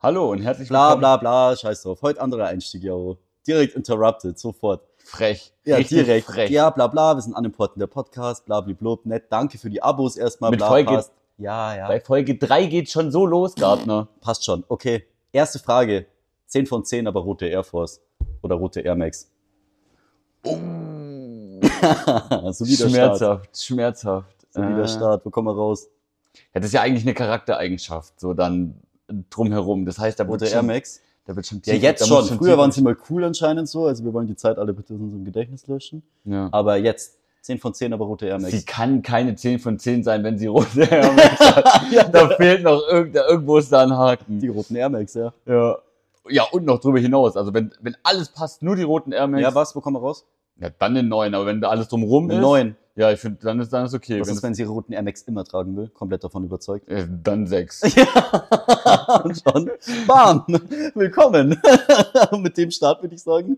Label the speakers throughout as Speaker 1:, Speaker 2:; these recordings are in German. Speaker 1: Hallo und herzlich
Speaker 2: Bla
Speaker 1: willkommen.
Speaker 2: bla bla, scheiß drauf. Heute anderer Einstieg, yo. Direkt interrupted, sofort.
Speaker 1: Frech.
Speaker 2: Ja,
Speaker 1: Richtig
Speaker 2: direkt.
Speaker 1: Frech.
Speaker 2: Ja, bla bla, wir sind an dem Potten der Podcast, bla bla blub, nett. Danke für die Abos erstmal.
Speaker 1: Mit
Speaker 2: bla,
Speaker 1: Folge-
Speaker 2: passt. Ja, ja.
Speaker 1: Bei Folge 3 geht schon so los, Gartner.
Speaker 2: Passt schon. Okay. Erste Frage. 10 von 10, aber rote Air Force. Oder rote Air Max. Solider Start.
Speaker 1: schmerzhaft, schmerzhaft. Äh,
Speaker 2: Solider Start. Wo kommen wir raus?
Speaker 1: Ja, das ist ja eigentlich eine Charaktereigenschaft, so dann drumherum. Das heißt, da wird
Speaker 2: Rote Air
Speaker 1: schon,
Speaker 2: Max.
Speaker 1: da wird schon
Speaker 2: Ja,
Speaker 1: tief-
Speaker 2: jetzt
Speaker 1: da
Speaker 2: schon.
Speaker 1: muss
Speaker 2: Früher
Speaker 1: tief-
Speaker 2: waren sie mal cool anscheinend so. Also wir wollen die Zeit alle bitte aus unserem Gedächtnis löschen.
Speaker 1: Ja.
Speaker 2: Aber jetzt. 10 von 10, aber rote Air
Speaker 1: Sie
Speaker 2: Max.
Speaker 1: kann keine 10 von 10 sein, wenn sie rote Air Max hat. da fehlt noch irgend, irgendwo ist da ein
Speaker 2: Die
Speaker 1: Haken.
Speaker 2: roten Air Max, ja.
Speaker 1: Ja. ja, und noch drüber hinaus. Also wenn, wenn alles passt, nur die roten Air Max,
Speaker 2: Ja,
Speaker 1: ja,
Speaker 2: was? Wo kommen wir raus?
Speaker 1: dann den neuen. Aber wenn da alles drumrum
Speaker 2: Eine
Speaker 1: ist,
Speaker 2: 9.
Speaker 1: ja, ich finde, dann ist dann ist okay.
Speaker 2: Was
Speaker 1: Wenn
Speaker 2: ist, wenn sie roten Air Max immer tragen will? Komplett davon überzeugt.
Speaker 1: es- äh, dann 6.
Speaker 2: Ja, und schon. Bam! Willkommen! Und Mit dem Start würde ich sagen,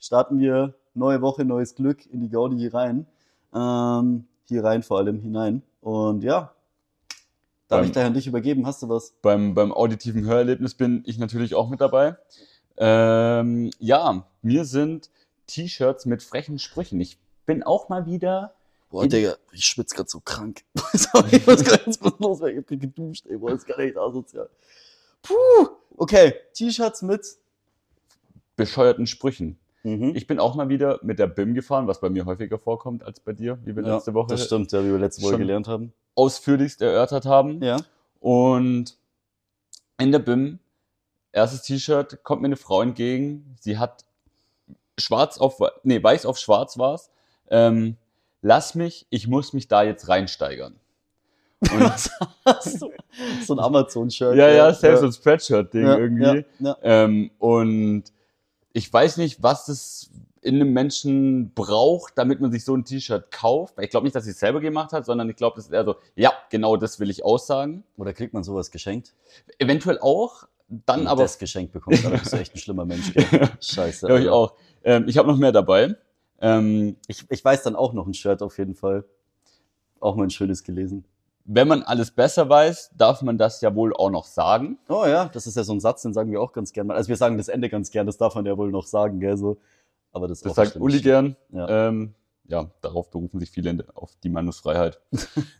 Speaker 2: starten wir neue Woche, neues Glück in die Gaudi hier rein. Ähm, hier rein vor allem hinein. Und ja, darf
Speaker 1: Ähm.
Speaker 2: ich gleich an dich übergeben? Hast du was?
Speaker 1: beim, beim auditiven Hörerlebnis bin ich natürlich auch mit dabei. Ähm, ja, mir sind T-Shirts mit frechen Sprüchen. Ich bin auch mal wieder.
Speaker 2: Boah, Digga, ich schwitze gerade so krank. Sorry, ich muss gerade jetzt was los, weil ich hab grad geduscht, ey, boah, das ist gar nicht asozial. Puh, okay, T-Shirts mit.
Speaker 1: Bescheuerten Sprüchen.
Speaker 2: Mhm.
Speaker 1: Ich bin auch mal wieder mit der BIM gefahren, was bei mir häufiger vorkommt als bei dir, wie wir
Speaker 2: Ja,
Speaker 1: letzte Woche
Speaker 2: Das stimmt, ja, wie wir letzte Woche
Speaker 1: Schon-
Speaker 2: gelernt haben.
Speaker 1: ausführlichst erörtert haben.
Speaker 2: Ja.
Speaker 1: Und in der BIM, erstes T-Shirt, kommt mir eine Frau entgegen. Sie hat schwarz auf, wei- nee, weiß auf schwarz war's. Ähm, lass mich, ich muss mich da jetzt reinsteigern. Und,
Speaker 2: so so ein Amazon-Shirt.
Speaker 1: ja, ja, selbst so ein Spreadshirt-Ding
Speaker 2: ja,
Speaker 1: irgendwie.
Speaker 2: Ja, ja.
Speaker 1: Ähm, und ich weiß nicht, was es in einem Menschen braucht, damit man sich so ein T-Shirt kauft. Ich glaube nicht, dass sie es selber gemacht hat, sondern ich glaube, das ist eher so, ja, genau das will ich aussagen.
Speaker 2: Oder kriegt man sowas geschenkt?
Speaker 1: Eventuell auch, dann
Speaker 2: Wenn man
Speaker 1: aber
Speaker 2: Das geschenkt bekommt, dann bist du echt ein schlimmer Mensch, gell? Scheiße.
Speaker 1: Glaube ich
Speaker 2: Alter.
Speaker 1: auch. Ähm, ich habe noch mehr dabei. Ähm,
Speaker 2: Ich, ich weiß dann auch noch ein Shirt auf jeden Fall. Auch mal ein schönes gelesen.
Speaker 1: wenn man alles besser weiß, darf man das ja wohl auch noch sagen.
Speaker 2: Oh ja, das ist ja so ein Satz, den sagen wir auch ganz gerne mal. Also wir sagen das Ende ganz gern, das darf man ja wohl noch sagen, gell? So. Aber das, ist
Speaker 1: Das
Speaker 2: auch ein
Speaker 1: sagt
Speaker 2: schlimmes
Speaker 1: Uli
Speaker 2: Shirt.
Speaker 1: gern.
Speaker 2: Ja.
Speaker 1: Ähm, ja, darauf berufen sich viele auf die Meinungsfreiheit.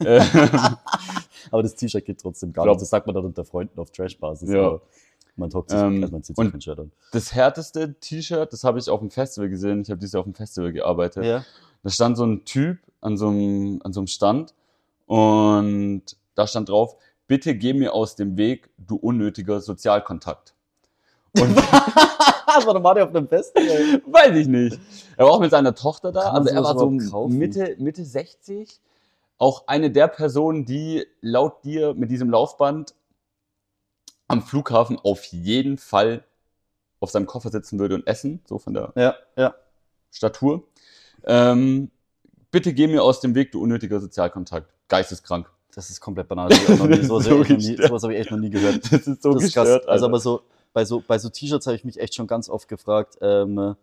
Speaker 1: Ähm,
Speaker 2: Aber das T-Shirt geht trotzdem gar
Speaker 1: Glaub-
Speaker 2: nicht. Das sagt man dann unter Freunden auf Trash-Basis.
Speaker 1: Ja.
Speaker 2: aber Man hockt sich,
Speaker 1: Ähm,
Speaker 2: also man zieht sich
Speaker 1: und-
Speaker 2: kein Shirt an.
Speaker 1: das härteste T-Shirt, das habe ich auf dem Festival gesehen. Ich habe dieses Jahr auf dem Festival gearbeitet.
Speaker 2: Ja.
Speaker 1: Da stand so ein Typ an so einem, an so einem Stand und da stand drauf, bitte geh mir aus dem Weg, du unnötiger Sozialkontakt. Und
Speaker 2: Warum war der auf einem Fest? ey?
Speaker 1: Weiß ich nicht. Er war auch mit seiner Tochter da.
Speaker 2: Kann man
Speaker 1: Also er
Speaker 2: sowas
Speaker 1: war so
Speaker 2: überhaupt kaufen?
Speaker 1: Mitte, Mitte 60. Auch eine der Personen, die laut dir mit diesem Laufband am Flughafen auf jeden Fall auf seinem Koffer sitzen würde und essen, so von der
Speaker 2: Ja, ja.
Speaker 1: Statur. Ähm, bitte geh mir aus dem Weg, du unnötiger Sozialkontakt. Geisteskrank.
Speaker 2: Das ist komplett banal. Das hab ich auch noch nie- Sowas
Speaker 1: So
Speaker 2: habe ich, echt noch nie-
Speaker 1: gestört.
Speaker 2: sowas hab ich echt noch nie gehört.
Speaker 1: Das ist so
Speaker 2: das ist krass.
Speaker 1: gestört. Alter.
Speaker 2: Also, aber so bei so, bei so T-Shirts habe ich mich echt schon ganz oft gefragt, ähm,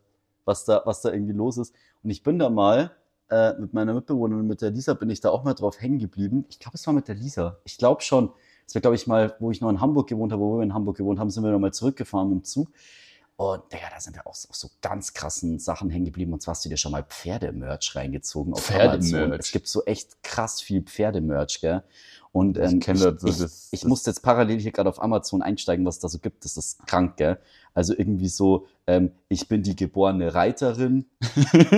Speaker 2: was, da, was da irgendwie los ist. Und ich bin da mal äh, mit meiner Mitbewohnerin, mit der Lisa, bin ich da auch mal drauf hängen geblieben. Ich glaube, es war mit der Lisa. Ich glaube schon. Das war, glaube ich, mal, wo ich noch in Hamburg gewohnt habe, wo wir in Hamburg gewohnt haben, sind wir noch mal zurückgefahren mit dem Zug. Und Digga, da sind wir auch so, auf so ganz krassen Sachen hängen geblieben. Und zwar hast du dir schon mal Pferdemerch reingezogen. auf
Speaker 1: Pferdemerch.
Speaker 2: Amazon. Es gibt so echt krass viel Pferdemerch, gell? Und ähm,
Speaker 1: ich kenne das. so,
Speaker 2: ich,
Speaker 1: das,
Speaker 2: ich
Speaker 1: das
Speaker 2: musste jetzt parallel hier gerade auf Amazon einsteigen, was da so gibt. Das ist krank, gell? Also irgendwie so, ähm, ich bin die geborene Reiterin.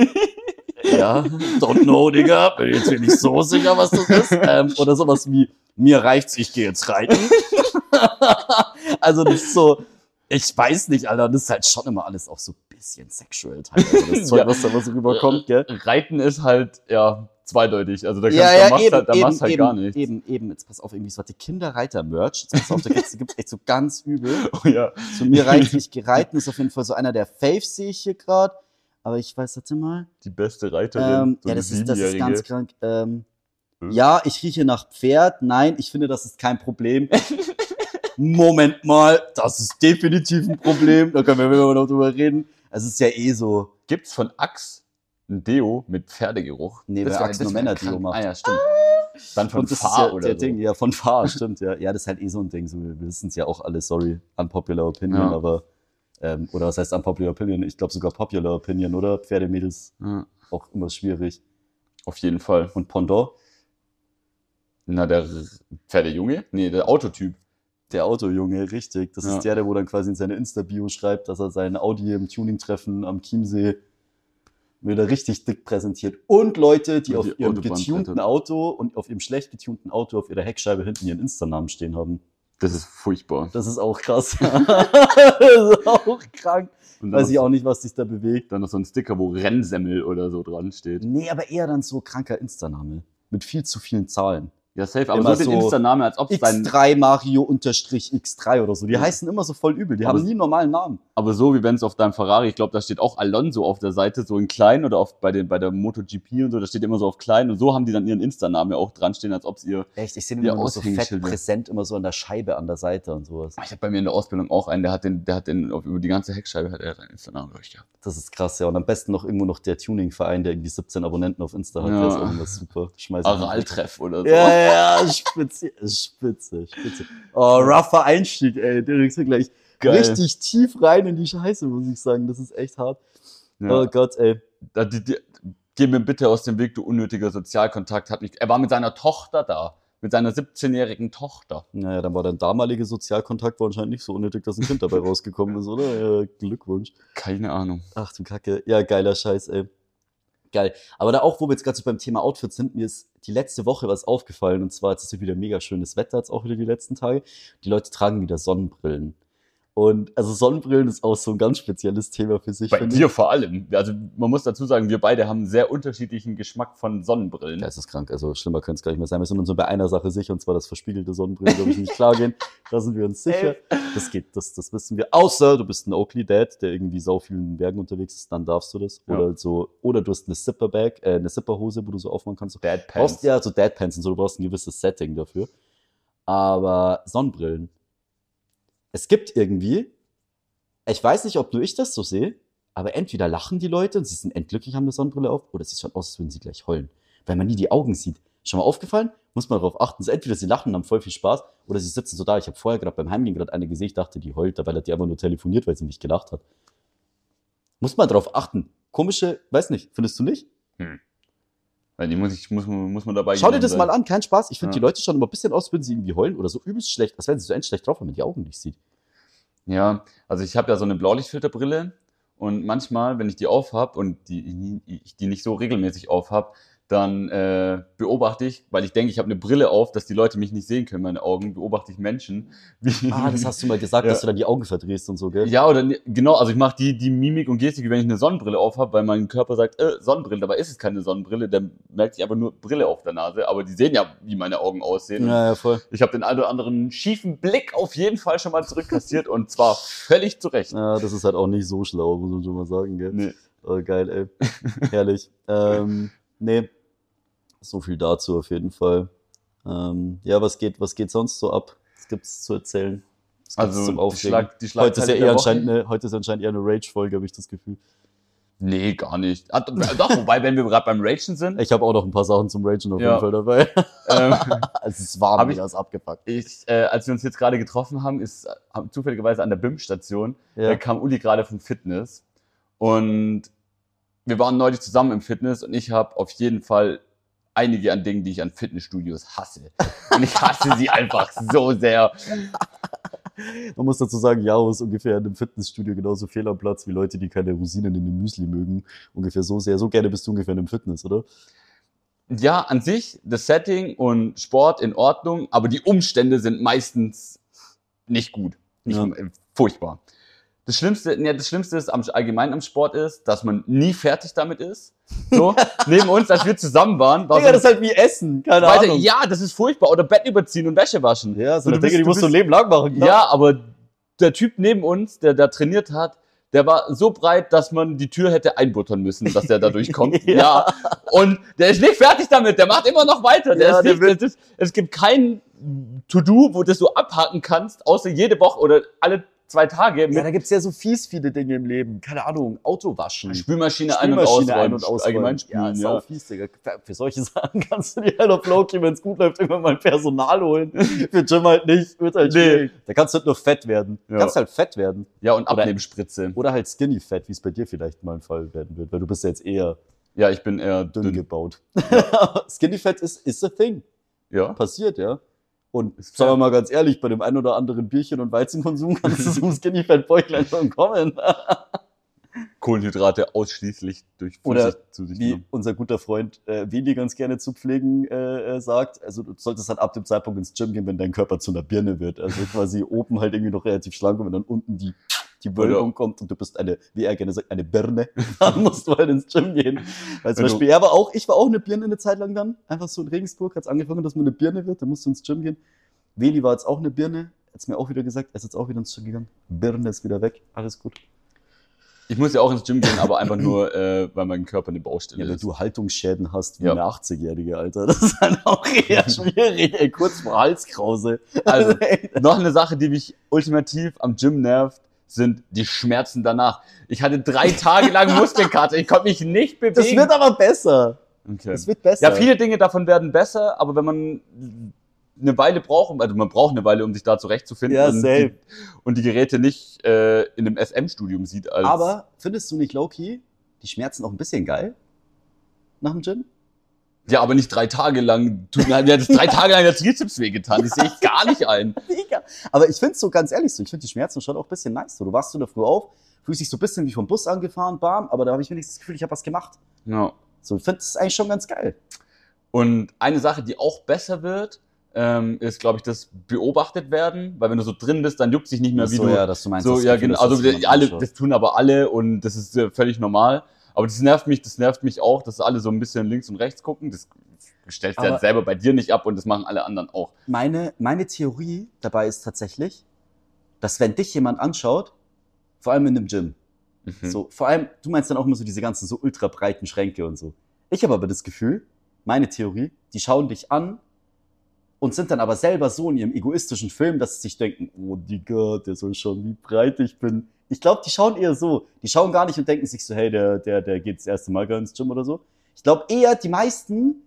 Speaker 2: ja, don't know, Digga. Bin jetzt hier nicht so sicher, was das ist. Ähm, oder sowas wie, mir reicht's, ich gehe jetzt reiten. also das ist so, ich weiß nicht, Alter. Das ist halt schon immer alles auch so ein bisschen sexual. teilweise. Das Zeug,
Speaker 1: Ja.
Speaker 2: was da was rüberkommt, gell?
Speaker 1: Reiten ist halt, ja, zweideutig. Also da, kannst,
Speaker 2: Ja,
Speaker 1: da
Speaker 2: ja,
Speaker 1: machst
Speaker 2: eben,
Speaker 1: halt, da
Speaker 2: eben,
Speaker 1: machst halt
Speaker 2: eben,
Speaker 1: gar nichts.
Speaker 2: eben, eben. Jetzt pass auf, irgendwie so hatte Kinderreiter-Merch. Jetzt pass auf, da gibt's, da gibt's echt so ganz übel.
Speaker 1: Oh, ja.
Speaker 2: So mir reicht nicht gereiten, ist auf jeden Fall so einer der Faves, sehe ich hier gerade. Aber ich weiß, warte mal.
Speaker 1: Die beste Reiterin.
Speaker 2: Ähm,
Speaker 1: so
Speaker 2: ja,
Speaker 1: eine
Speaker 2: das ist, das ist
Speaker 1: Siebenjährige.
Speaker 2: ganz krank. Ähm,
Speaker 1: Hm?
Speaker 2: ja, ich rieche nach Pferd. Nein, ich finde, das ist kein Problem. Moment mal, das ist definitiv ein Problem. Da können wir immer noch drüber reden. Es ist ja eh so.
Speaker 1: Gibt's von Axe ein Deo mit Pferdegeruch?
Speaker 2: Nee,
Speaker 1: Das
Speaker 2: weil
Speaker 1: wär-
Speaker 2: Axe
Speaker 1: das
Speaker 2: nur
Speaker 1: wär
Speaker 2: Männer
Speaker 1: krank.
Speaker 2: Deo macht.
Speaker 1: Ah ja, stimmt. Dann von
Speaker 2: Und das
Speaker 1: Fahr
Speaker 2: ist ja,
Speaker 1: oder
Speaker 2: der
Speaker 1: so.
Speaker 2: Ding, ja, von Fahr, stimmt, ja. Ja, das ist halt eh so ein Ding, so, wir wissen es ja auch alle, sorry, unpopular opinion,
Speaker 1: Ja.
Speaker 2: aber, ähm, oder was heißt unpopular opinion? Ich glaube sogar popular opinion, oder? Pferdemädels,
Speaker 1: Ja,
Speaker 2: auch immer schwierig.
Speaker 1: auf jeden Fall.
Speaker 2: Und Pendant,
Speaker 1: Na, der R- Pferdejunge? Nee, der Autotyp.
Speaker 2: der Autojunge, richtig. Das
Speaker 1: Ja.
Speaker 2: ist der, der wo dann quasi in seine Insta-Bio schreibt, dass er seinen Audi im Tuning-Treffen am Chiemsee wieder richtig dick präsentiert. Und Leute, die
Speaker 1: Und
Speaker 2: auf
Speaker 1: die
Speaker 2: ihrem
Speaker 1: Autobahn
Speaker 2: getunten
Speaker 1: brettern.
Speaker 2: Auto und auf ihrem schlecht getunten Auto auf ihrer Heckscheibe hinten ihren Insta-Namen stehen haben.
Speaker 1: Das ist furchtbar.
Speaker 2: Das ist auch krass. das ist auch krank.
Speaker 1: Und dann,
Speaker 2: Weiß ich
Speaker 1: noch,
Speaker 2: auch nicht, was dich da bewegt.
Speaker 1: dann noch so ein Sticker, wo Rennsemmel oder so dran steht.
Speaker 2: Nee, aber eher dann so kranker Insta-Name. Mit viel zu vielen Zahlen.
Speaker 1: Ja, safe, aber
Speaker 2: Immer
Speaker 1: so den
Speaker 2: so
Speaker 1: Insta-Name, als ob es dein.
Speaker 2: X3 Mario unterstrich X3 oder so. Die
Speaker 1: Ja.
Speaker 2: heißen immer so voll übel. Die
Speaker 1: Aber
Speaker 2: haben nie einen normalen Namen.
Speaker 1: Aber so wie wenn es auf deinem Ferrari, ich glaube, da steht auch Alonso auf der Seite, so in klein oder auf, bei, den, bei der MotoGP und so, da steht immer so auf klein und so haben die dann ihren Insta-Namen ja auch dran stehen, als ob es ihr.
Speaker 2: Echt, ich sehe den
Speaker 1: Ja,
Speaker 2: immer nur so fett
Speaker 1: Aushängeschilder.
Speaker 2: präsent, immer so an der Scheibe, an der Seite und sowas.
Speaker 1: Ich habe bei mir in der Ausbildung auch einen, der hat den, der hat den, auf, über die ganze Heckscheibe hat er seinen Insta-Namen glaub ich, gehabt.
Speaker 2: Das ist krass, ja. Und am besten noch irgendwo noch der Tuning-Verein, der irgendwie 17 Abonnenten auf Insta hat.
Speaker 1: Ja.
Speaker 2: Das ist auch immer super. Schmeiß ich mal.
Speaker 1: Araltreff Also oder so.
Speaker 2: Ja, ja, ja, spitze, spitze, spitze. Oh, rougher Einstieg, ey. Direkt so gleich
Speaker 1: Geil.
Speaker 2: richtig tief rein in die Scheiße, muss ich sagen. Das ist echt hart.
Speaker 1: Ja.
Speaker 2: Oh Gott, ey.
Speaker 1: Da- die, die, geh mir bitte aus dem Weg, du unnötiger Sozialkontakt. Hat mich, er war mit seiner Tochter da. Mit seiner 17-jährigen Tochter.
Speaker 2: Naja, dann war dein damaliger Sozialkontakt war anscheinend nicht so unnötig, dass ein Kind dabei rausgekommen ist, oder? Ja, Glückwunsch.
Speaker 1: Keine Ahnung.
Speaker 2: Ach du Kacke. Ja, geiler Scheiß, ey. Geil. Aber da auch, wo wir jetzt gerade so beim Thema Outfits sind, mir ist die letzte Woche was aufgefallen. Und zwar, jetzt ist ja wieder mega schönes Wetter, jetzt auch wieder die letzten Tage. Die Leute tragen wieder Sonnenbrillen. Und also Sonnenbrillen ist auch so ein ganz spezielles Thema für sich.
Speaker 1: Bei
Speaker 2: finde
Speaker 1: dir vor allem. Also man muss dazu sagen, wir beide haben einen sehr unterschiedlichen Geschmack von
Speaker 2: Ja,
Speaker 1: Sonnenbrillen.
Speaker 2: es ist krank. Also schlimmer könnte es gar nicht mehr sein. Wir sind uns nur bei einer Sache sicher, und zwar das verspiegelte Sonnenbrillen, glaube ich, nicht klar gehen. Da sind wir uns sicher. Das geht, das, das wissen wir. Außer du bist ein Oakley Dad, der irgendwie sau vielen Bergen unterwegs ist, dann darfst du das.
Speaker 1: Ja.
Speaker 2: Oder so, oder du hast eine Zipperbag, äh, eine Zipperhose, wo du so aufmachen kannst. Du
Speaker 1: Bad
Speaker 2: brauchst
Speaker 1: Pants.
Speaker 2: ja so Deadpants und so, du brauchst ein gewisses Setting dafür. Aber Sonnenbrillen. Es gibt irgendwie, ich weiß nicht, ob nur ich das so sehe, aber entweder lachen die Leute und sie sind endglücklich, haben eine Sonnenbrille auf, oder es sieht schon aus, als würden sie gleich heulen, weil man nie die Augen sieht. Schon mal aufgefallen? Muss man darauf achten. So entweder sie lachen und haben voll viel Spaß, oder sie sitzen so da. Ich habe vorher gerade beim Heimgehen gerade eine gesehen, ich dachte, die heult, dabei hat die einfach nur telefoniert, weil sie nicht gelacht hat. Muss man darauf achten. Komische, weiß nicht, findest du nicht?
Speaker 1: Weil die muss, ich, muss, man- muss man dabei
Speaker 2: Schau dir
Speaker 1: gewesen
Speaker 2: das
Speaker 1: sein.
Speaker 2: mal an, kein Spaß. Ich finde,
Speaker 1: ne? Ja.
Speaker 2: die Leute schauen immer ein bisschen aus, würden sie irgendwie heulen oder so übelst schlecht, als wären sie so endschlecht drauf, wenn man die Augen nicht sieht.
Speaker 1: Ja, also ich habe ja so eine Blaulichtfilterbrille und manchmal, wenn ich die aufhab und die, ich die nicht so regelmäßig aufhab, dann äh, beobachte ich, weil ich denke, ich habe eine Brille auf, dass die Leute mich nicht sehen können, meine Augen, beobachte ich Menschen. Wie
Speaker 2: Ah, das hast du mal gesagt,
Speaker 1: Ja.
Speaker 2: dass du dann die Augen verdrehst und so, gell?
Speaker 1: ja, oder ne- genau, also ich mache die, die Mimik und Gestik, wenn ich eine Sonnenbrille aufhab, weil mein Körper sagt, äh, Sonnenbrille, dabei ist es keine Sonnenbrille, dann merkt sich aber nur Brille auf der Nase, aber die sehen ja, wie meine Augen aussehen.
Speaker 2: Ja, ja, voll.
Speaker 1: Ich habe den einen oder anderen schiefen Blick auf jeden Fall schon mal zurückkassiert und zwar völlig zu Recht.
Speaker 2: Ja, das ist halt auch nicht so schlau, muss man schon mal sagen, gell?
Speaker 1: Nee.
Speaker 2: Oh, geil, ey. Herrlich. Ähm, nee. So viel dazu auf jeden Fall. Ähm, ja, was geht, was geht sonst so ab? Was gibt's zu erzählen? Was gibt's
Speaker 1: Also
Speaker 2: zum
Speaker 1: die,
Speaker 2: Aufregen?
Speaker 1: Schlag, die
Speaker 2: heute, ist ja
Speaker 1: Schlagzeile
Speaker 2: eher
Speaker 1: der
Speaker 2: anscheinend
Speaker 1: Woche?
Speaker 2: eine, heute ist anscheinend eher eine Rage-Folge, habe ich das Gefühl.
Speaker 1: Nee, gar nicht. Ah, doch, wobei, wenn wir gerade beim Ragen sind,
Speaker 2: Ich habe auch noch ein paar Sachen zum Ragen auf
Speaker 1: Ja.
Speaker 2: jeden Fall dabei.
Speaker 1: ähm,
Speaker 2: Also Es ist warm,
Speaker 1: Hab ich-
Speaker 2: wieder ist abgepackt.
Speaker 1: ich, äh, als wir uns jetzt gerade getroffen haben, ist äh, zufälligerweise an der BIM-Station,
Speaker 2: Ja.
Speaker 1: da kam Uli gerade vom Fitness und wir waren neulich zusammen im Fitness und ich habe auf jeden Fall einige an Dingen, die ich an Fitnessstudios hasse. Und ich hasse sie einfach so sehr.
Speaker 2: Man muss dazu sagen, Jaro ist ungefähr in einem Fitnessstudio genauso fehl am Platz wie Leute, die keine Rosinen in dem Müsli mögen. Ungefähr so sehr. So gerne bist du ungefähr in einem Fitness, oder?
Speaker 1: Ja, an sich, das Setting und Sport in Ordnung, aber die Umstände sind meistens nicht gut. Nicht,
Speaker 2: Ja.
Speaker 1: äh, Furchtbar. Das Schlimmste, ja, das Schlimmste ist am, allgemein am Sport ist, dass man nie fertig damit ist. So, neben uns, als wir zusammen waren, war so ein-
Speaker 2: ist halt wie Essen. Keine
Speaker 1: weiter, ja, das ist furchtbar. Oder Bett überziehen und Wäsche waschen.
Speaker 2: Ja, so
Speaker 1: Und
Speaker 2: eine
Speaker 1: du bist-
Speaker 2: Dinge, die
Speaker 1: du
Speaker 2: musst du ein
Speaker 1: bist-
Speaker 2: Leben lang machen. klar.
Speaker 1: Ja, aber der Typ neben uns, der da trainiert hat, der war so breit, dass man die Tür hätte einbuttern müssen, dass der da durchkommt.
Speaker 2: Ja.
Speaker 1: ja. Und der ist nicht fertig damit, der macht immer noch weiter. Der
Speaker 2: Ja,
Speaker 1: ist
Speaker 2: der
Speaker 1: nicht, das ist, es gibt kein To-Do, wo du das so abhaken kannst, außer jede Woche oder alle zwei Tage
Speaker 2: Ja,
Speaker 1: mit
Speaker 2: da gibt es ja so fies viele Dinge im Leben. Keine Ahnung, Auto waschen.
Speaker 1: Spülmaschine ein- und ausräumen. Allgemein
Speaker 2: Ja,
Speaker 1: spülen,
Speaker 2: sau
Speaker 1: ja.
Speaker 2: fies, Digga. Für- Für solche Sachen kannst du dir halt auf Loki, wenn es gut läuft, immer mal Personal holen. Für Jim halt nicht. Wird halt
Speaker 1: Nee.
Speaker 2: schwierig. Da kannst du halt nur fett werden.
Speaker 1: Ja.
Speaker 2: Kannst halt fett werden.
Speaker 1: Ja, und
Speaker 2: Oder-
Speaker 1: Abnehmspritze.
Speaker 2: Oder halt skinny fett, wie es bei dir vielleicht mal ein Fall werden wird, weil du bist ja jetzt eher
Speaker 1: Ja, ich bin eher
Speaker 2: dünn,
Speaker 1: dünn.
Speaker 2: gebaut. skinny fett ist is a thing.
Speaker 1: Ja.
Speaker 2: Passiert, ja. Und
Speaker 1: Ist
Speaker 2: sagen
Speaker 1: fair.
Speaker 2: wir mal ganz ehrlich, bei dem ein oder anderen Bierchen und Weizenkonsum kannst du zum skinny fett Bäuchlein schon kommen.
Speaker 1: Kohlenhydrate ausschließlich durch
Speaker 2: Oder
Speaker 1: Flüssig zu sich
Speaker 2: wie
Speaker 1: nehmen.
Speaker 2: unser guter Freund äh, Veli ganz gerne zu pflegen äh, äh, sagt, also du solltest halt ab dem Zeitpunkt ins Gym gehen, wenn dein Körper zu einer Birne wird. Also quasi oben halt irgendwie noch relativ schlank und wenn dann unten die, die Wölbung kommt und du bist eine, wie er gerne sagt, eine Birne, dann musst du halt ins Gym gehen. Weil zum
Speaker 1: Wenn du-
Speaker 2: Beispiel, er war auch, ich war auch eine Birne eine Zeit lang dann, einfach so in Regensburg hat es angefangen, dass man eine Birne wird, dann musst du ins Gym gehen. Veli war jetzt auch eine Birne, hat es mir auch wieder gesagt, er ist jetzt auch wieder ins Gym gegangen. Birne ist wieder weg, alles gut.
Speaker 1: Ich muss ja auch ins Gym gehen, aber einfach nur, äh, weil mein Körper eine Baustelle
Speaker 2: Ja, wenn
Speaker 1: ist.
Speaker 2: du Haltungsschäden hast wie
Speaker 1: Ja.
Speaker 2: eine 80-Jährige, Alter, das ist dann auch eher schwierig. Ey, kurz vor Halskrause.
Speaker 1: Also, noch eine Sache, die mich ultimativ am Gym nervt, sind die Schmerzen danach. Ich hatte drei Tage lang Muskelkater. Ich konnte mich nicht bewegen.
Speaker 2: das wird aber besser.
Speaker 1: okay.
Speaker 2: Das wird besser.
Speaker 1: Ja, viele Dinge davon werden besser, aber wenn man eine Weile braucht, um- also man braucht eine Weile, um sich da zurechtzufinden
Speaker 2: Ja,
Speaker 1: und,
Speaker 2: safe.
Speaker 1: die, und die Geräte nicht äh, in einem SM-Studium sieht. Als,
Speaker 2: Aber findest du nicht Loki die Schmerzen auch ein bisschen geil? Nach dem Gym?
Speaker 1: ja, aber nicht drei Tage lang. Tut mir hat jetzt drei Tage lang der Trizeps wehgetan. Das sehe ich gar nicht ein.
Speaker 2: Mega. Aber ich find's so ganz ehrlich so, ich find die Schmerzen schon auch ein bisschen nice. So, du wachst so in der Früh auf, fühlst dich so ein bisschen wie vom Bus angefahren, bam, aber da habe ich wenigstens das Gefühl, ich habe was gemacht.
Speaker 1: Ja.
Speaker 2: So, ich finde das eigentlich schon ganz geil.
Speaker 1: Und eine Sache, die auch besser wird, ähm, ist, glaube ich, das beobachtet werden, weil wenn du so drin bist, dann juckt sich nicht mehr, wie du
Speaker 2: dass du meinst,
Speaker 1: so
Speaker 2: das
Speaker 1: ja
Speaker 2: Gefühl,
Speaker 1: genau.
Speaker 2: dass
Speaker 1: Also
Speaker 2: das
Speaker 1: die-
Speaker 2: jemand
Speaker 1: alle,
Speaker 2: anschaut.
Speaker 1: das tun aber alle und das ist äh, völlig normal. Aber das nervt mich, das nervt mich auch, dass alle so ein bisschen links und rechts gucken. Das stellst du
Speaker 2: Aber-
Speaker 1: ja selber bei dir nicht ab und das machen alle anderen auch.
Speaker 2: Meine, meine Theorie dabei ist tatsächlich, dass wenn dich jemand anschaut, vor allem in einem Gym,
Speaker 1: So.
Speaker 2: so, vor allem, du meinst dann auch immer so diese ganzen so ultra breiten Schränke und so. Ich habe aber das Gefühl, meine Theorie, die schauen dich an und sind dann aber selber so in ihrem egoistischen Film, dass sie sich denken, oh Digga, der soll schauen, wie breit ich bin. Ich glaube, die schauen eher so. Die schauen gar nicht und denken sich so, hey, der, der, der geht das erste Mal gar ins Gym oder so. Ich glaube eher, die meisten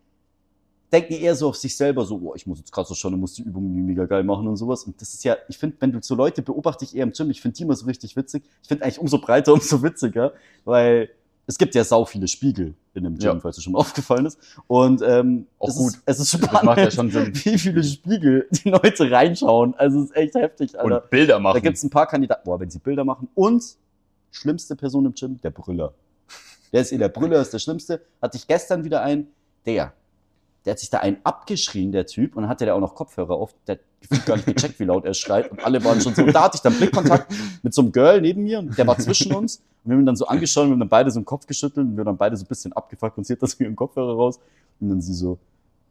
Speaker 2: denken eher so auf sich selber, so, oh, ich muss jetzt krass schauen, und muss die Übungen irgendwie mega geil machen und sowas. Und das ist ja, ich finde, wenn du so Leute beobachte ich eher im Gym, ich finde die immer so richtig witzig. Ich finde eigentlich umso breiter, umso witziger, weil es gibt ja sau viele Spiegel in einem Gym,
Speaker 1: Ja.
Speaker 2: falls dir schon mal aufgefallen ist. Und ähm,
Speaker 1: Auch
Speaker 2: es,
Speaker 1: gut.
Speaker 2: Ist, es ist spannend,
Speaker 1: Das macht ja schon Sinn.
Speaker 2: wie viele Spiegel die Leute reinschauen. Also es ist echt heftig, Alter.
Speaker 1: Und Bilder
Speaker 2: Da
Speaker 1: machen.
Speaker 2: gibt es ein paar Kandidaten, boah, wenn sie Bilder machen. Und schlimmste Person im Gym, der Brüller. Der ist eh der Brüller, ist der schlimmste. Hatte ich gestern wieder einen, der. Der hat sich da einen abgeschrien, der Typ, und dann hatte der auch noch Kopfhörer auf. Der hat gefühlt gar nicht gecheckt, wie laut er schreit. Und alle waren schon so. Und da hatte ich dann Blickkontakt mit so einem Girl neben mir und der war zwischen uns. Und wir haben ihn dann so angeschaut und wir haben dann beide so den Kopf geschüttelt und wir haben dann beide so ein bisschen abgefuckt und sie hat das mit ihrem Kopfhörer raus. Und dann sie so,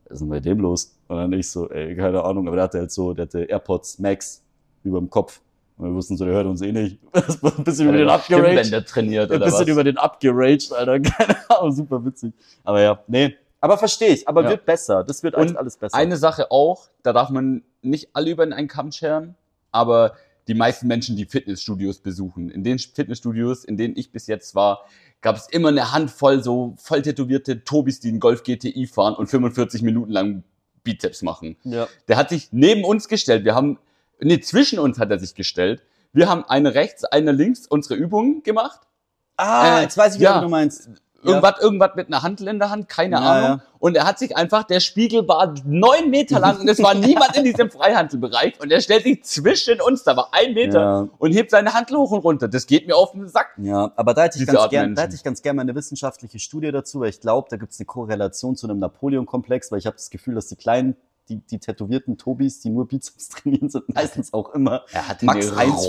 Speaker 2: was ist denn bei dem los? Und dann ich so, ey, keine Ahnung, aber der hatte halt so, der hatte AirPods Max über dem Kopf. Und wir wussten so, der hört uns eh nicht. Das war ein bisschen über den abgeraged.
Speaker 1: Stimmbänder trainiert
Speaker 2: Ein
Speaker 1: oder
Speaker 2: bisschen
Speaker 1: was?
Speaker 2: über den abgeraged, Alter. Keine Ahnung, super witzig. Aber ja, nee. Aber verstehe ich, aber
Speaker 1: Ja.
Speaker 2: wird besser. Das wird
Speaker 1: Und
Speaker 2: echt alles besser.
Speaker 1: Eine Sache auch, da darf man nicht alle über einen Kamm scheren, aber die meisten Menschen, die Fitnessstudios besuchen, in den Fitnessstudios, in denen ich bis jetzt war, gab es immer eine Handvoll so voll tätowierte Tobis, die einen Golf GTI fahren und 45 Minuten lang Bizeps machen.
Speaker 2: ja.
Speaker 1: Der hat sich neben uns gestellt. Wir haben, nee, zwischen uns hat er sich gestellt. Wir haben eine rechts, eine links unsere Übungen gemacht.
Speaker 2: Ah,
Speaker 1: Äh,
Speaker 2: jetzt weiß ich wieder,
Speaker 1: ja.
Speaker 2: wie du meinst.
Speaker 1: Irgendwas, irgendwas mit einer Handel in der Hand, keine
Speaker 2: Ja,
Speaker 1: Ahnung. Und er hat sich einfach, der Spiegel war neun Meter lang und es war niemand in diesem Freihandelbereich und er stellt sich zwischen uns, da war ein Meter
Speaker 2: Ja.
Speaker 1: und hebt seine Handel hoch und runter. Das geht mir auf den Sack.
Speaker 2: Ja, aber da hätte ich
Speaker 1: Diese
Speaker 2: ganz
Speaker 1: Art
Speaker 2: gern,
Speaker 1: Menschen.
Speaker 2: da hätte ich ganz gerne mal eine wissenschaftliche Studie dazu, weil ich glaube, da gibt es eine Korrelation zu einem Napoleon-Komplex, weil ich habe das Gefühl, dass die kleinen, die, die tätowierten Tobis, die nur Bizeps trainieren, sind meistens auch immer
Speaker 1: Er hatte,
Speaker 2: Max
Speaker 1: eine, Ro- er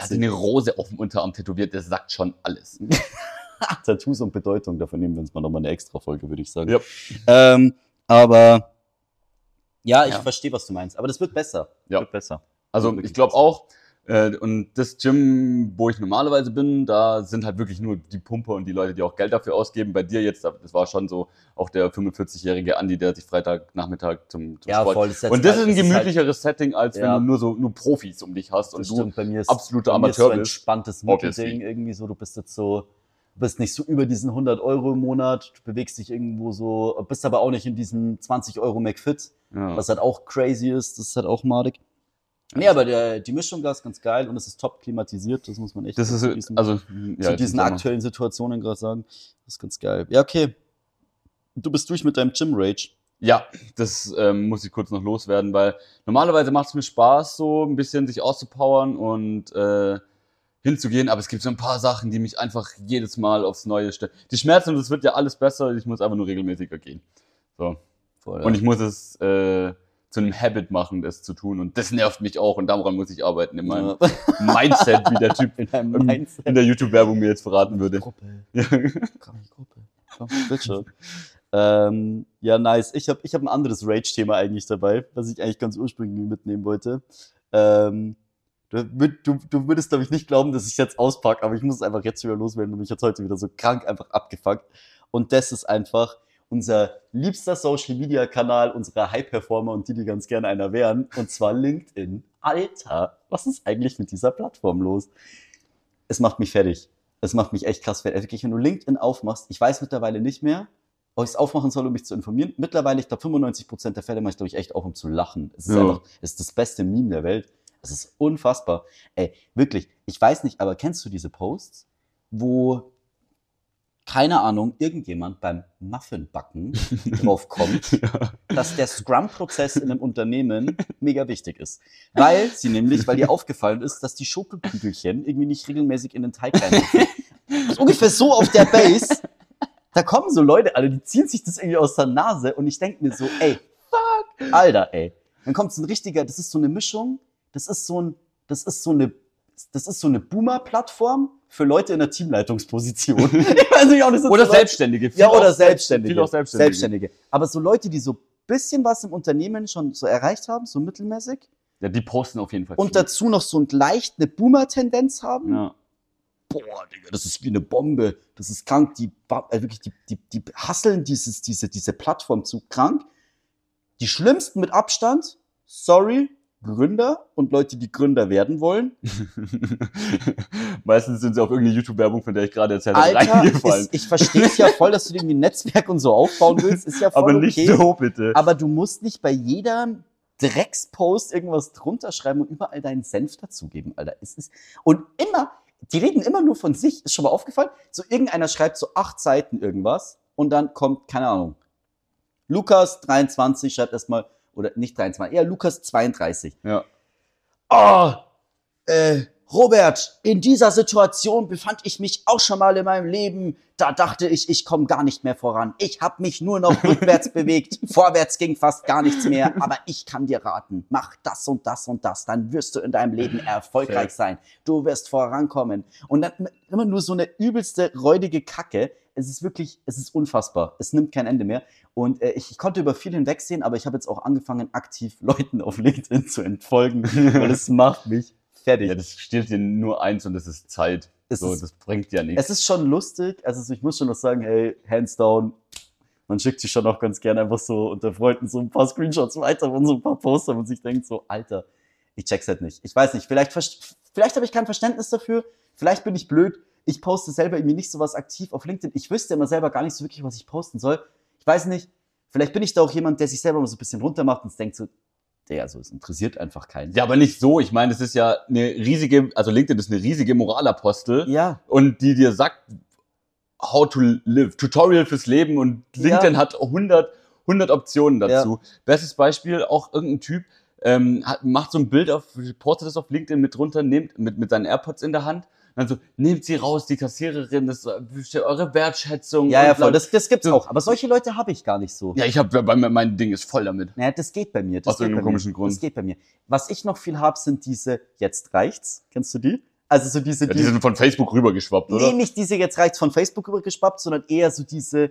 Speaker 1: hatte
Speaker 2: 1,75.
Speaker 1: eine Rose auf dem Unterarm tätowiert, das sagt schon alles.
Speaker 2: Tattoos und Bedeutung, davon nehmen wir uns mal nochmal eine extra Folge, würde ich sagen.
Speaker 1: Ja.
Speaker 2: Ähm, aber ja, ich
Speaker 1: Ja.
Speaker 2: verstehe, was du meinst. Aber das wird besser.
Speaker 1: Ja.
Speaker 2: Wird besser.
Speaker 1: Also ich glaube auch, äh, Äh, und das Gym, wo ich normalerweise bin, da sind halt wirklich nur die Pumper und die Leute, die auch Geld dafür ausgeben. Bei dir jetzt, das war schon so auch der 45-jährige Andi, der sich Freitagnachmittag zum, zum
Speaker 2: Ja,
Speaker 1: Sport.
Speaker 2: voll. das jetzt
Speaker 1: Und das
Speaker 2: halt-
Speaker 1: ist ein
Speaker 2: das halt-
Speaker 1: gemütlicheres Setting, als wenn
Speaker 2: Ja.
Speaker 1: du nur so nur Profis um dich hast
Speaker 2: das
Speaker 1: und du
Speaker 2: stimmt, bei mir ist,
Speaker 1: absoluter
Speaker 2: bei mir ist
Speaker 1: Amateur
Speaker 2: so ein
Speaker 1: bist.
Speaker 2: entspanntes
Speaker 1: Obviously.
Speaker 2: Mittelding irgendwie so. Du bist jetzt so, du bist nicht so über diesen 100 Euro im Monat, du bewegst dich irgendwo so, bist aber auch nicht in diesem 20 Euro McFit,
Speaker 1: Ja.
Speaker 2: was halt auch crazy ist. Das ist halt auch madig. Nee, aber der, die Mischung da ist ganz geil und es ist top klimatisiert, das muss man echt
Speaker 1: das
Speaker 2: zu
Speaker 1: ist
Speaker 2: diesen-
Speaker 1: also
Speaker 2: zu
Speaker 1: ja,
Speaker 2: diesen
Speaker 1: Sommer.
Speaker 2: aktuellen Situationen gerade sagen. Das ist ganz geil. Ja, okay. Du bist durch mit deinem Gym Rage.
Speaker 1: Ja, das ähm, muss ich kurz noch loswerden, weil normalerweise macht es mir Spaß, so ein bisschen sich auszupowern und äh, hinzugehen, aber es gibt so ein paar Sachen, die mich einfach jedes Mal aufs Neue stellen. Die Schmerzen, das wird ja alles besser, ich muss einfach nur regelmäßiger gehen. So.
Speaker 2: Voll,
Speaker 1: Und ich muss es äh, zu einem Habit machen, das zu tun. Und das nervt mich auch und daran muss ich arbeiten in meinem
Speaker 2: ja.
Speaker 1: Mindset, wie der Typ
Speaker 2: in deinem
Speaker 1: ähm,
Speaker 2: Mindset.
Speaker 1: in der YouTube-Werbung mir jetzt verraten würde.
Speaker 2: Gruppe.
Speaker 1: Ja.
Speaker 2: Komm in die Gruppe. Komm, bitte schon. ähm, ja, nice. Ich habe ich hab ein anderes Rage-Thema eigentlich dabei, was ich eigentlich ganz ursprünglich mitnehmen wollte. Ähm, du, würd- du, du würdest, glaube ich, nicht glauben, dass ich jetzt auspacke, aber ich muss es einfach jetzt wieder loswerden und mich jetzt heute wieder so krank einfach abgefuckt. Und das ist einfach unser liebster Social-Media-Kanal unserer High-Performer und die, die ganz gerne einer wären, und zwar LinkedIn. Alter, was ist eigentlich mit dieser Plattform los? Es macht mich fertig. Es macht mich echt krass fertig. Also Wirklich, wenn du LinkedIn aufmachst, ich weiß mittlerweile nicht mehr, ob ich es aufmachen soll, um mich zu informieren. Mittlerweile, ich glaube, 95% der Fälle mache ich, glaube ich, echt auf, um zu lachen. Es ist
Speaker 1: Ja.
Speaker 2: einfach es ist das beste Meme der Welt. Es ist unfassbar. Ey, wirklich, ich weiß nicht, aber kennst du diese Posts, wo, keine Ahnung, irgendjemand beim Muffinbacken drauf kommt,
Speaker 1: Ja.
Speaker 2: dass der Scrum-Prozess in einem Unternehmen mega wichtig ist. Weil sie nämlich, weil dir aufgefallen ist, dass die Schokokügelchen irgendwie nicht regelmäßig in den Teig rein. Das ist ungefähr so auf der Base. Da kommen so Leute, alle, die ziehen sich das irgendwie aus der Nase und ich denke mir so, ey, fuck, Alter, ey. Dann kommt so ein richtiger, das ist so eine Mischung, das ist so ein, das ist so eine, das ist so eine Boomer-Plattform für Leute in der Teamleitungsposition. ich weiß nicht, ob das
Speaker 1: Oder
Speaker 2: jetzt so Leute-
Speaker 1: Selbstständige.
Speaker 2: ja,
Speaker 1: Viel
Speaker 2: oder
Speaker 1: auch-
Speaker 2: Selbstständige.
Speaker 1: Viel auch Selbstständige.
Speaker 2: Aber so Leute, die so ein bisschen was im Unternehmen schon so erreicht haben, so mittelmäßig,
Speaker 1: Ja, die posten auf jeden Fall.
Speaker 2: und dazu noch so ein leicht eine Boomer-Tendenz haben.
Speaker 1: Ja.
Speaker 2: Boah, Digga, das ist wie eine Bombe. Das ist krank. Die, ba- äh, wirklich, die, die, die hasseln dieses, diese, diese Plattform zu krank. Die schlimmsten mit Abstand, sorry, Gründer und Leute, die Gründer werden wollen.
Speaker 1: Meistens sind sie auf irgendeine YouTube-Werbung, von der ich gerade erzählt habe,
Speaker 2: Alter,
Speaker 1: reingefallen.
Speaker 2: ist, ich verstehe es ja voll, dass du irgendwie ein Netzwerk und so aufbauen willst. Ist ja voll
Speaker 1: Aber nicht
Speaker 2: okay.
Speaker 1: so, bitte.
Speaker 2: Aber du musst nicht bei jedem Dreckspost irgendwas drunter schreiben und überall deinen Senf dazugeben, Alter. Es ist, und immer, die reden immer nur von sich. Ist schon mal aufgefallen? So irgendeiner schreibt so acht Seiten irgendwas und dann kommt, keine Ahnung, Lukas 23 schreibt erstmal, oder nicht 23, eher Lukas 32.
Speaker 1: Ja.
Speaker 2: Oh, äh, Robert, in dieser Situation befand ich mich auch schon mal in meinem Leben. Da dachte ich, ich komme gar nicht mehr voran. Ich habe mich nur noch rückwärts bewegt. Vorwärts ging fast gar nichts mehr. Aber ich kann dir raten, mach das und das und das. Dann wirst du in deinem Leben erfolgreich sein. Du wirst vorankommen. Und dann immer nur so eine übelste, räudige Kacke. Es ist wirklich, es ist unfassbar. Es nimmt kein Ende mehr. Und äh, ich, ich konnte über viel hinwegsehen, aber ich habe jetzt auch angefangen, aktiv Leuten auf LinkedIn zu entfolgen, weil es macht mich fertig.
Speaker 1: Ja, das steht dir nur eins und das ist Zeit.
Speaker 2: Es
Speaker 1: so,
Speaker 2: ist-
Speaker 1: das bringt ja nichts.
Speaker 2: Es ist schon lustig, also ich muss schon noch sagen, hey, hands down, man schickt sich schon auch ganz gerne einfach so unter Freunden so ein paar Screenshots weiter und so ein paar Poster und sich denkt so, Alter, ich check's halt nicht. Ich weiß nicht, vielleicht, verst- vielleicht habe ich kein Verständnis dafür, vielleicht bin ich blöd, ich poste selber irgendwie nicht sowas aktiv auf LinkedIn. Ich wüsste immer selber gar nicht so wirklich, was ich posten soll. Ich weiß nicht, vielleicht bin ich da auch jemand, der sich selber mal so ein bisschen runtermacht und denkt so, der so, es interessiert einfach keinen.
Speaker 1: Ja, aber nicht so. Ich meine, das ist ja eine riesige, also LinkedIn ist eine riesige Moralapostel
Speaker 2: ja.
Speaker 1: und die dir sagt, how to live, Tutorial fürs Leben und LinkedIn
Speaker 2: Ja.
Speaker 1: hat 100, 100 Optionen dazu. Bestes Beispiel, auch irgendein Typ ähm, hat, macht so ein Bild auf, postet das auf LinkedIn mit runter, nimmt mit, mit seinen AirPods in der Hand und dann so, nehmt sie raus, die Kassiererin, das ist eure Wertschätzung.
Speaker 2: Ja,
Speaker 1: und
Speaker 2: ja,
Speaker 1: bla-
Speaker 2: voll. Das, das gibt's
Speaker 1: So.
Speaker 2: auch. Aber solche Leute habe ich gar nicht so.
Speaker 1: ja, ich habe, mein, mein Ding ist voll damit.
Speaker 2: Naja, das geht bei mir. Das
Speaker 1: Aus
Speaker 2: geht
Speaker 1: irgendeinem
Speaker 2: bei mir.
Speaker 1: komischen Grund.
Speaker 2: Das geht bei mir. Was ich noch viel habe, sind diese Jetzt reicht's. Kennst du die? Also so diese,
Speaker 1: Ja, die sind von Facebook rübergeschwappt,
Speaker 2: nee,
Speaker 1: oder?
Speaker 2: nicht diese Jetzt reicht's von Facebook übergeschwappt, sondern eher so diese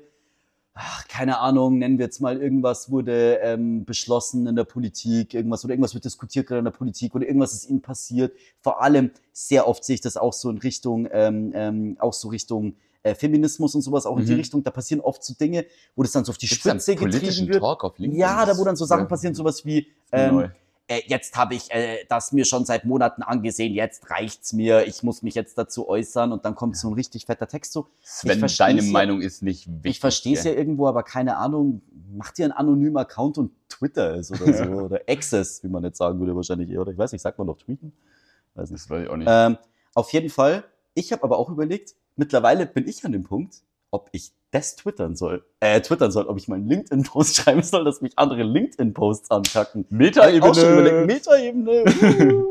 Speaker 2: ach, keine Ahnung, nennen wir jetzt mal irgendwas wurde ähm, beschlossen in der Politik, irgendwas oder irgendwas wird diskutiert gerade in der Politik oder irgendwas ist ihnen passiert. Vor allem sehr oft sehe ich das auch so in Richtung, ähm, ähm, auch so Richtung äh, Feminismus und sowas, auch in die
Speaker 1: Mhm.
Speaker 2: Richtung. Da passieren oft so Dinge, wo das dann so auf die
Speaker 1: Gibt's da einen
Speaker 2: Spitze getrieben
Speaker 1: politischen
Speaker 2: wird.
Speaker 1: Talk auf LinkedIn?
Speaker 2: Ja, da wo dann so Sachen
Speaker 1: Ja.
Speaker 2: passieren, sowas wie ähm,
Speaker 1: Neu.
Speaker 2: äh, jetzt habe ich äh, das mir schon seit Monaten angesehen, jetzt reicht's mir, ich muss mich jetzt dazu äußern und dann kommt so ein richtig fetter Text so.
Speaker 1: Sven,
Speaker 2: versteh's
Speaker 1: deine
Speaker 2: ja.
Speaker 1: Meinung ist nicht wichtig.
Speaker 2: Ich verstehe es ja.
Speaker 1: gell?
Speaker 2: irgendwo, aber keine Ahnung, mach dir einen anonymen Account und Twitter ist oder so. oder Access, wie man jetzt sagen würde, wahrscheinlich eher. Oder ich weiß nicht, sagt man noch tweeten? Weiß nicht.
Speaker 1: Das weiß ich auch nicht.
Speaker 2: Ähm, auf jeden Fall, ich habe aber auch überlegt, mittlerweile bin ich an dem Punkt, ob ich das twittern soll. Äh, twittern soll, ob ich meinen LinkedIn-Post schreiben soll, dass mich andere LinkedIn-Posts ankacken. Auch schon überlegt,
Speaker 1: Meta-Ebene.
Speaker 2: Metaebene. uh.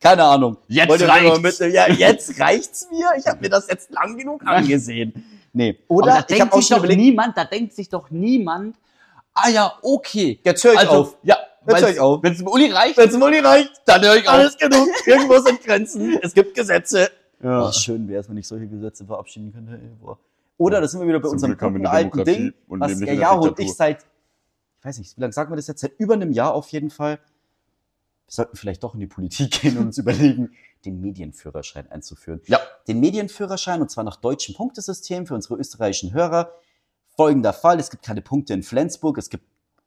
Speaker 2: Keine Ahnung.
Speaker 1: Jetzt
Speaker 2: Wollt ihr mir mal
Speaker 1: reicht's.
Speaker 2: mit- ja, jetzt reicht's mir. Ich habe mir das jetzt lang genug angesehen. Nee.
Speaker 3: Oder
Speaker 2: Aber
Speaker 3: da
Speaker 2: ich habe
Speaker 3: denkt
Speaker 2: auch
Speaker 3: sich
Speaker 2: schon
Speaker 3: doch
Speaker 2: überlegt,
Speaker 3: niemand, da denkt sich doch niemand, ah ja, okay.
Speaker 2: jetzt höre ich
Speaker 1: Also,
Speaker 2: auf.
Speaker 1: ja,
Speaker 2: Jetzt hör
Speaker 1: wenn
Speaker 2: ich auf.
Speaker 1: es dem Uli reicht,
Speaker 2: Wenn es Moni reicht,
Speaker 1: dann höre ich auf.
Speaker 2: alles genug. Irgendwo sind Grenzen. Es gibt Gesetze.
Speaker 1: Ja.
Speaker 2: Ach, schön wäre es, wenn ich solche Gesetze verabschieden könnte. Ey, boah. Oder das sind wir wieder bei
Speaker 1: Zum
Speaker 2: unserem
Speaker 1: Glück haben wir
Speaker 2: guten
Speaker 1: eine
Speaker 2: alten
Speaker 1: Demokratie
Speaker 2: Ding,
Speaker 1: und
Speaker 2: was
Speaker 1: leben nicht
Speaker 2: ja,
Speaker 1: in der
Speaker 2: ja und
Speaker 1: Diktatur.
Speaker 2: ich seit, ich weiß nicht, wie lange sagen wir das jetzt, seit über einem Jahr auf jeden Fall. Wir sollten vielleicht doch in die Politik gehen und uns überlegen, den Medienführerschein einzuführen.
Speaker 1: Ja.
Speaker 2: Den Medienführerschein und zwar nach deutschem Punktesystem für unsere österreichischen Hörer. Folgender Fall, es gibt keine Punkte in Flensburg, es gibt,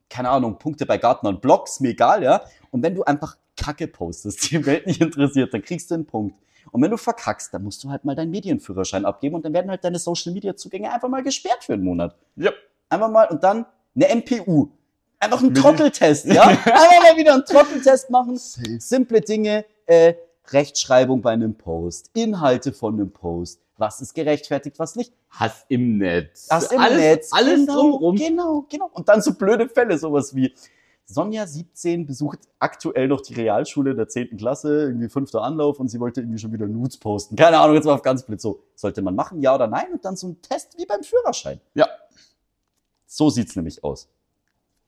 Speaker 2: keine Ahnung, Punkte bei Gartner und Blocks, mir egal, ja. Und wenn du einfach Kacke postest, die Welt nicht interessiert, dann kriegst du einen Punkt. Und wenn du verkackst, dann musst du halt mal deinen Medienführerschein abgeben und dann werden halt deine Social Media Zugänge einfach mal gesperrt für einen Monat.
Speaker 1: Ja.
Speaker 2: Einfach mal und dann eine MPU. Einfach einen
Speaker 1: Mini-
Speaker 2: Trotteltest, ja? Einfach mal wieder einen Trotteltest machen. Simple Dinge, äh, Rechtschreibung bei einem Post, Inhalte von einem Post, was ist gerechtfertigt, was nicht.
Speaker 1: Hass im Netz.
Speaker 2: Das im
Speaker 1: alles,
Speaker 2: Netz.
Speaker 1: Alles
Speaker 2: genau,
Speaker 1: drumrum.
Speaker 2: Genau, genau. Und dann so blöde Fälle, sowas wie Sonja 17 besucht aktuell noch die Realschule in der 10. Klasse, irgendwie fünfter Anlauf und sie wollte irgendwie schon wieder Nudes posten. Keine Ahnung, jetzt mal auf ganz blöd so. Sollte man machen, ja oder nein? Und dann so ein Test wie beim Führerschein.
Speaker 1: Ja.
Speaker 2: So sieht's nämlich aus.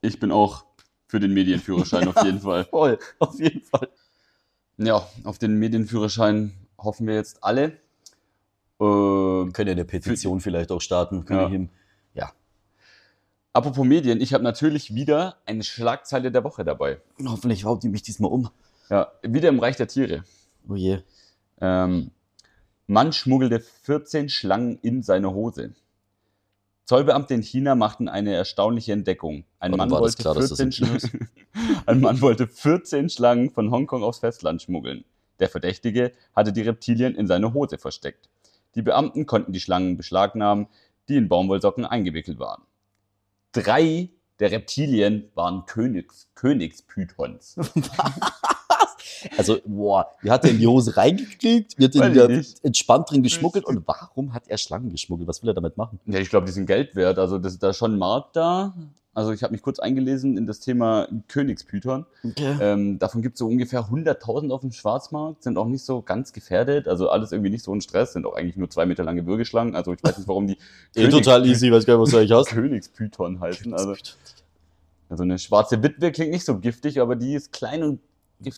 Speaker 1: Ich bin auch für den Medienführerschein auf jeden Fall.
Speaker 2: Voll, auf jeden Fall.
Speaker 1: Ja, auf den Medienführerschein hoffen wir jetzt alle. Äh,
Speaker 2: Können ja eine Petition vielleicht auch
Speaker 1: können
Speaker 2: starten. Können
Speaker 1: wir
Speaker 2: ja. hin.
Speaker 1: apropos Medien, ich habe natürlich wieder eine Schlagzeile der Woche dabei.
Speaker 2: Hoffentlich haut die mich diesmal um.
Speaker 1: Ja, wieder im Reich der Tiere.
Speaker 2: Oh je.
Speaker 1: Ähm, Mann schmuggelte 14 Schlangen in seine Hose. Zollbeamte in China machten eine erstaunliche Entdeckung. Ein
Speaker 2: Warum
Speaker 1: Mann,
Speaker 2: war das
Speaker 1: wollte
Speaker 2: klar, dass das
Speaker 1: 14 Schlangen- ein Mann wollte 14 Schlangen von Hongkong aufs Festland schmuggeln. Der Verdächtige hatte die Reptilien in seine Hose versteckt. Die Beamten konnten die Schlangen beschlagnahmen, die in Baumwollsocken eingewickelt waren. Drei der Reptilien waren Königs, Königspythons.
Speaker 2: Also, boah, die hat er in die Hose reingekriegt, wird
Speaker 1: Weiß
Speaker 2: ihn
Speaker 1: ich
Speaker 2: wieder
Speaker 1: nicht.
Speaker 2: entspannt drin geschmuggelt. Und warum hat er Schlangen geschmuggelt? Was will er damit machen?
Speaker 1: Ja, ich glaube, die sind Geld wert. Also das ist da schon ein Markt da. Also ich habe mich kurz eingelesen in das Thema Königspython.
Speaker 2: Äh,
Speaker 1: Ähm, davon gibt es so ungefähr 100.000 auf dem Schwarzmarkt, sind auch nicht so ganz gefährdet. Also alles irgendwie nicht so ein Stress, sind auch eigentlich nur zwei Meter lange Würgeschlangen. Also ich weiß nicht, warum die
Speaker 2: Eh,
Speaker 1: Königs-
Speaker 2: weiß gar nicht, was du eigentlich
Speaker 1: Königspython heißen. Also, also eine schwarze Witwe klingt nicht so giftig, aber die ist klein und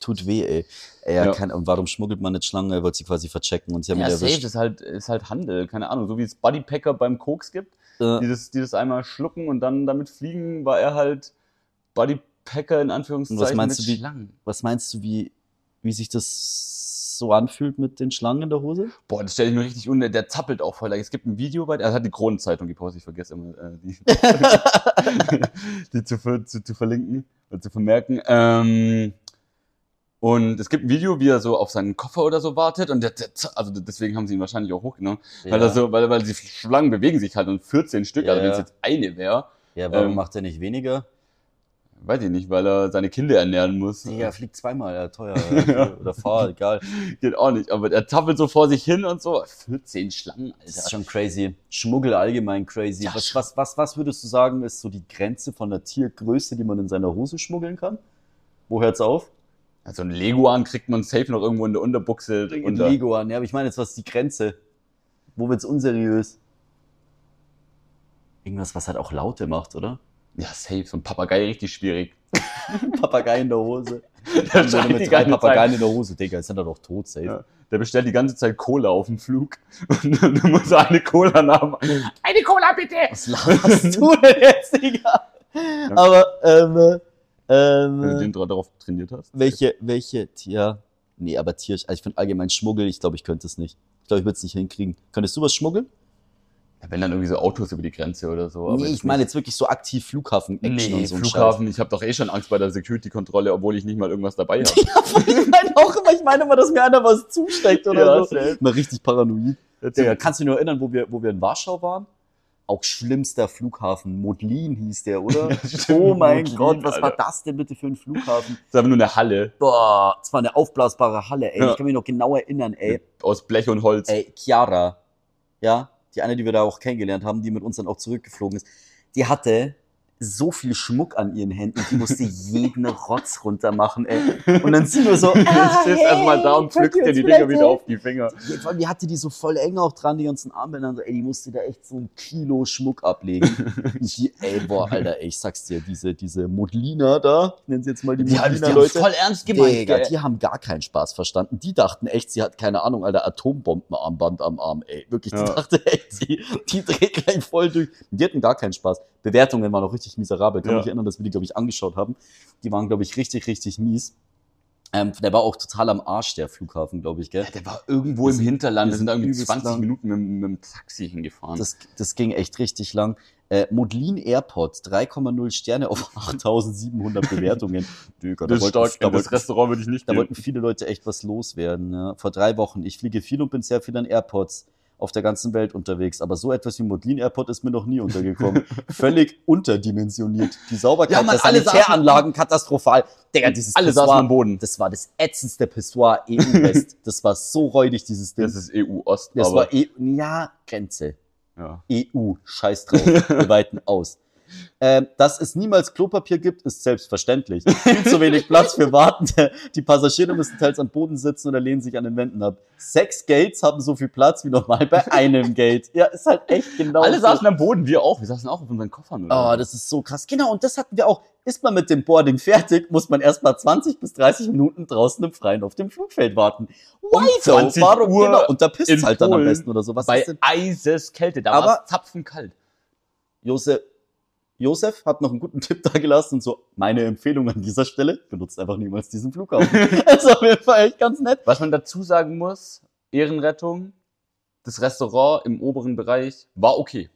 Speaker 2: Tut weh, ey. ey ja.
Speaker 1: Ja.
Speaker 2: Kein, und warum schmuggelt man nicht Schlangen? Er wollte sie quasi verchecken und sie haben
Speaker 1: ja,
Speaker 2: ihn
Speaker 1: safe.
Speaker 2: erwischt.
Speaker 1: Ist halt, ist halt Handel, keine Ahnung. So wie es Bodypacker beim Koks gibt.
Speaker 2: Äh,
Speaker 1: die das, die das einmal schlucken und dann damit fliegen, war er halt Bodypacker in Anführungszeichen
Speaker 2: Und was meinst
Speaker 1: mit
Speaker 2: du, wie-
Speaker 1: Schlangen.
Speaker 2: was meinst du, wie, wie sich das so anfühlt mit den Schlangen in der Hose?
Speaker 1: Boah, das stelle ich mir richtig unter. Der zappelt auch voll. Es gibt ein Video bei der, er hat die Kronenzeitung gepostet, ich vergesse immer, äh, die, die zu, ver- zu, zu verlinken oder zu vermerken. Ähm, und es gibt ein Video, wie er so auf seinen Koffer oder so wartet und der, der z- also deswegen haben sie ihn wahrscheinlich auch hochgenommen, weil er so, weil, weil die Schlangen bewegen sich halt und 14 Stück, also
Speaker 2: Ja.
Speaker 1: wenn es jetzt eine wäre,
Speaker 2: ja, warum
Speaker 1: ähm,
Speaker 2: macht er nicht weniger?
Speaker 1: weiß ich nicht, weil er seine Kinder ernähren muss.
Speaker 2: Digga, fliegt zweimal, ja, teuer. also,
Speaker 1: Ja.
Speaker 2: Oder fahr, egal.
Speaker 1: Geht auch nicht, aber der tappelt so vor sich hin und so. 14 Schlangen,
Speaker 2: Das ist
Speaker 1: Alter.
Speaker 2: schon crazy. Schmuggel allgemein crazy.
Speaker 1: Ja,
Speaker 2: was,
Speaker 1: schon.
Speaker 2: was, was, was würdest du sagen, ist so die Grenze von der Tiergröße, die man in seiner Hose schmuggeln kann? Wo hört's auf?
Speaker 1: Also ein Leguan kriegt man safe noch irgendwo in der Unterbuchse.
Speaker 2: Und
Speaker 1: Unter.
Speaker 2: Leguan, ja, aber ich meine jetzt, was ist die Grenze? Wo wird's unseriös? Irgendwas, was halt auch Laute macht, oder?
Speaker 1: Ja, safe. So ein Papagei richtig schwierig.
Speaker 2: Papagei in der Hose.
Speaker 1: Der,
Speaker 2: Und dann
Speaker 1: schreit
Speaker 2: mit
Speaker 1: die
Speaker 2: drei
Speaker 1: ganze Zeit,
Speaker 2: Papageien in der Hose, Digga, jetzt sind er doch tot, safe.
Speaker 1: Ja. der bestellt die ganze Zeit Cola auf dem Flug und du musst eine Cola nach.
Speaker 3: Eine Cola bitte!
Speaker 2: Was laberst du denn jetzt, Digga? Aber, ähm,
Speaker 1: Wenn du
Speaker 2: ähm,
Speaker 1: den dra- darauf trainiert hast.
Speaker 2: welche, welche Tier? Nee, aber Tier, also ich finde allgemein Schmuggel, ich glaube, ich könnte es nicht. Ich glaube, ich würde es nicht hinkriegen. Könntest du was schmuggeln?
Speaker 1: Ja, Wenn dann irgendwie so Autos über die Grenze oder so. aber
Speaker 2: nee,
Speaker 1: jetzt
Speaker 2: ich meine jetzt wirklich so aktiv Flughafen,
Speaker 1: nicht-
Speaker 2: Action
Speaker 1: nee,
Speaker 2: und so ein
Speaker 1: Flughafen, ich habe doch eh schon Angst bei der Security-Kontrolle, obwohl ich nicht mal irgendwas dabei habe.
Speaker 2: Scheiß. ja, aber ich meine auch immer, ich meine immer, dass mir einer was zusteckt oder
Speaker 1: Ja,
Speaker 2: so.
Speaker 1: safe.
Speaker 2: Mal richtig paranoid. Digga,
Speaker 1: Erzähl.
Speaker 2: kannst du dich nur erinnern, wo wir, wo wir in Warschau waren? Auch schlimmster Flughafen, Modlin hieß der, oder?
Speaker 1: Ja, stimmt,
Speaker 2: oh mein
Speaker 1: Modlin,
Speaker 2: Gott, was war
Speaker 1: Alter.
Speaker 2: das denn bitte für ein Flughafen?
Speaker 1: Das ist einfach nur eine Halle
Speaker 2: Boah, es war eine aufblasbare Halle, ey.
Speaker 1: Ja.
Speaker 2: Ich kann mich noch genau erinnern, ey.
Speaker 1: aus Blech und Holz.
Speaker 2: Ey, Chiara, ja, die eine, die wir da auch kennengelernt haben, die mit uns dann auch zurückgeflogen ist, die hatte so viel Schmuck an ihren Händen, die musste jeden Rotz runter machen, ey. Und dann sind wir so,
Speaker 1: Du
Speaker 2: ah,
Speaker 1: stehst
Speaker 2: hey,
Speaker 1: erstmal da und
Speaker 2: könnt
Speaker 1: pflückst
Speaker 2: ihr
Speaker 1: dir
Speaker 2: uns
Speaker 1: die Dinger
Speaker 2: vielleicht
Speaker 1: wieder auf die Finger.
Speaker 2: Ja, Vor allem, die hatte die so voll eng auch dran, die ganzen Armbänder. und so. Ey, die musste da echt so ein Kilo Schmuck ablegen. Die, ey, boah, Alter, ey, ich sag's dir, diese, diese Modliner da, nennen sie jetzt mal die, Modliner Leute.
Speaker 3: ernst
Speaker 2: Digga,
Speaker 3: gell?
Speaker 2: die haben gar keinen Spaß verstanden. Die dachten echt, sie hat, keine Ahnung, Alter, Atombombenarmband am Arm, ey. Wirklich, die
Speaker 1: Ja.
Speaker 2: dachte echt, sie, die dreht gleich voll durch. Die hatten gar keinen Spaß. Bewertungen waren auch richtig miserabel. Kann
Speaker 1: Ja.
Speaker 2: mich erinnern, dass wir die, glaube ich, angeschaut haben. Die waren, glaube ich, richtig, richtig mies. Ähm, der war auch total am Arsch, der Flughafen, glaube ich, gell?
Speaker 1: Ja, der war irgendwo
Speaker 2: Wir
Speaker 1: im
Speaker 2: sind-
Speaker 1: Hinterland.
Speaker 2: wir
Speaker 1: Wir sind da
Speaker 2: sind
Speaker 1: irgendwie
Speaker 2: übelst
Speaker 1: 20
Speaker 2: lang.
Speaker 1: Minuten mit, mit dem Taxi hingefahren.
Speaker 2: Das, das ging echt richtig lang. Äh, Modlin Airport, 3,0 Sterne auf 8700 Bewertungen. Digga,
Speaker 1: Das ist
Speaker 2: wollten-
Speaker 1: stark. in das
Speaker 2: wollten-
Speaker 1: Restaurant würde ich nicht
Speaker 2: da
Speaker 1: gehen.
Speaker 2: wollten viele Leute echt was loswerden. Ja. Vor drei Wochen, ich fliege viel und bin sehr viel an Airports auf der ganzen Welt unterwegs. Aber so etwas wie Modlin Airport ist mir noch nie untergekommen. Völlig unterdimensioniert. Die Sauberkeit
Speaker 3: Ja, Mann,
Speaker 2: der
Speaker 3: alle saßen-
Speaker 2: Sanitäranlagen katastrophal. Digga, dieses
Speaker 1: Alle saßen
Speaker 2: Pissoir,
Speaker 1: am Boden.
Speaker 2: das war das ätzendste Pissoir EU-West. das war so räudig, dieses Ding.
Speaker 1: Das ist EU-Ost,
Speaker 2: das
Speaker 1: aber
Speaker 2: war EU, ja, Grenze.
Speaker 1: ja.
Speaker 2: EU, E scheiß drauf, wir weiten aus. Ähm, dass es niemals Klopapier gibt, ist selbstverständlich. Viel zu wenig Platz für Wartende. Die Passagiere müssen teils am Boden sitzen oder lehnen sich an den Wänden ab. Sechs Gates haben so viel Platz wie normal bei einem Gate. Ja, ist halt echt genau
Speaker 1: Alle
Speaker 2: so.
Speaker 1: saßen am Boden, wir auch. Wir saßen auch auf unseren Koffern.
Speaker 2: Oh,
Speaker 1: so.
Speaker 2: das ist so krass. Genau, und das hatten wir auch. Ist man mit dem Boarding fertig, muss man erst mal 20 bis 30 Minuten draußen im Freien auf dem Flugfeld warten. Why
Speaker 1: Um
Speaker 2: though?
Speaker 1: 20
Speaker 2: Warum?
Speaker 1: Uhr
Speaker 2: genau, und da pisst
Speaker 1: in
Speaker 2: halt dann am
Speaker 1: Polen
Speaker 2: besten oder so. Was
Speaker 1: Bei
Speaker 2: ist denn?
Speaker 1: Eiseskälte, da
Speaker 2: Aber-
Speaker 1: war es zapfenkalt.
Speaker 2: Josef, Josef hat noch einen guten Tipp da gelassen und so, meine Empfehlung an dieser Stelle, benutzt einfach niemals diesen Flughafen. das war mir echt ganz nett.
Speaker 1: Was man dazu sagen muss, Ehrenrettung, das Restaurant im oberen Bereich war okay.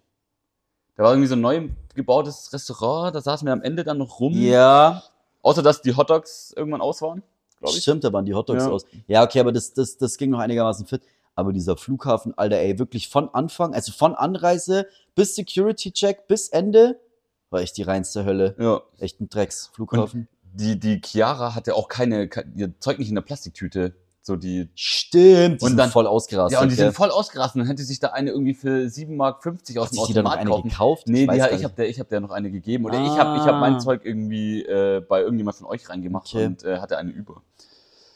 Speaker 1: Da war irgendwie so ein neu gebautes Restaurant, da saßen wir am Ende dann noch
Speaker 2: Um,
Speaker 1: rum.
Speaker 2: Ja,
Speaker 1: Außer, dass die Hotdogs irgendwann aus waren, glaube ich.
Speaker 2: stimmt, da waren die Hotdogs
Speaker 1: Ja.
Speaker 2: aus. Ja, okay, aber das, das, das ging noch einigermaßen fit. Aber dieser Flughafen, Alter, ey, wirklich von Anfang, also von Anreise bis Security-Check bis Ende, war echt die reinste Hölle.
Speaker 1: Ja.
Speaker 2: Echt ein Drecksflughafen.
Speaker 1: Und die, die Chiara hatte auch keine, ke- ihr Zeug nicht in der Plastiktüte. So die.
Speaker 2: Stimmt, die
Speaker 1: Und
Speaker 2: sind
Speaker 1: dann-
Speaker 2: voll ausgerastet.
Speaker 1: ja, und die
Speaker 2: gell?
Speaker 1: sind voll ausgerastet. Dann hätte sich da eine irgendwie für 7,50 Mark aus
Speaker 2: Hat
Speaker 1: dem
Speaker 2: sich die da noch
Speaker 1: Automat
Speaker 2: eine
Speaker 1: kaufen.
Speaker 2: gekauft?
Speaker 1: Nee, die,
Speaker 2: weiß
Speaker 1: hat-
Speaker 2: gar
Speaker 1: ich
Speaker 2: nicht.
Speaker 1: habe der, ich hab der noch eine gegeben. Oder ich
Speaker 2: Ah.
Speaker 1: habe ich hab mein Zeug irgendwie äh, bei irgendjemand von euch reingemacht
Speaker 2: Okay.
Speaker 1: und äh, hatte eine über.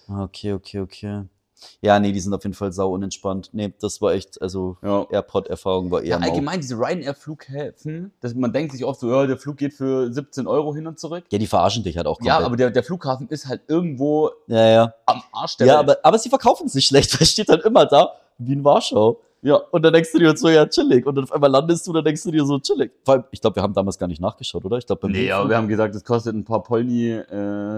Speaker 2: Okay, okay, okay. Ja, nee, die sind auf jeden Fall sau unentspannt. Nee, das war echt, also
Speaker 1: Ja.
Speaker 2: Airpod-Erfahrung war
Speaker 1: Ja,
Speaker 2: eher mau.
Speaker 1: allgemein diese Ryanair-Flughäfen, dass man denkt sich oft so, ja, der Flug geht für 17 Euro hin und zurück.
Speaker 2: Ja, die verarschen dich halt auch komplett.
Speaker 1: Ja, aber der, der Flughafen ist halt irgendwo
Speaker 2: ja, ja.
Speaker 1: am Arsch der
Speaker 2: ja
Speaker 1: Welt.
Speaker 2: aber, aber sie verkaufen es nicht schlecht, weil es steht dann immer da, wie in Warschau.
Speaker 1: Ja.
Speaker 2: Und dann denkst du dir so, ja, chillig. Und dann auf einmal landest du, dann denkst du dir so, chillig. Vor allem, ich glaube, wir haben damals gar nicht nachgeschaut, oder? Ich glaube, beim
Speaker 1: Nee, aber wir haben gesagt, es kostet ein paar Polni äh,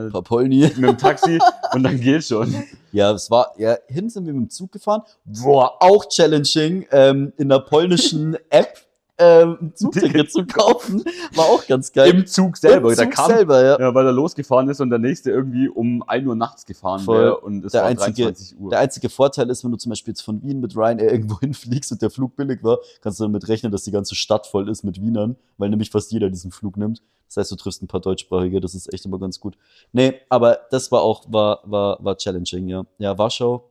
Speaker 2: Hinflug- Polny.
Speaker 1: mit dem Taxi und dann geht schon.
Speaker 2: Ja, es war, ja, hin sind wir mit dem Zug gefahren. Boah, auch challenging, ähm, in der polnischen App ähm, ein Zugticket zu kaufen. War auch ganz geil.
Speaker 1: Im Zug selber.
Speaker 2: Im
Speaker 1: da
Speaker 2: Zug
Speaker 1: kam,
Speaker 2: selber, ja.
Speaker 1: Ja, weil er losgefahren ist und der nächste irgendwie um 1 Uhr nachts gefahren
Speaker 2: Voll.
Speaker 1: wäre und es
Speaker 2: Der
Speaker 1: war
Speaker 2: einzige-
Speaker 1: 23 Uhr.
Speaker 2: Der einzige Vorteil ist, wenn du zum Beispiel jetzt von Wien mit Ryanair irgendwo hinfliegst und der Flug billig war, kannst du damit rechnen, dass die ganze Stadt voll ist mit Wienern, weil nämlich fast jeder diesen Flug nimmt. Das heißt, du triffst ein paar Deutschsprachige, das ist echt immer ganz gut. Nee, aber das war auch, war, war, war challenging, ja. Ja, Warschau,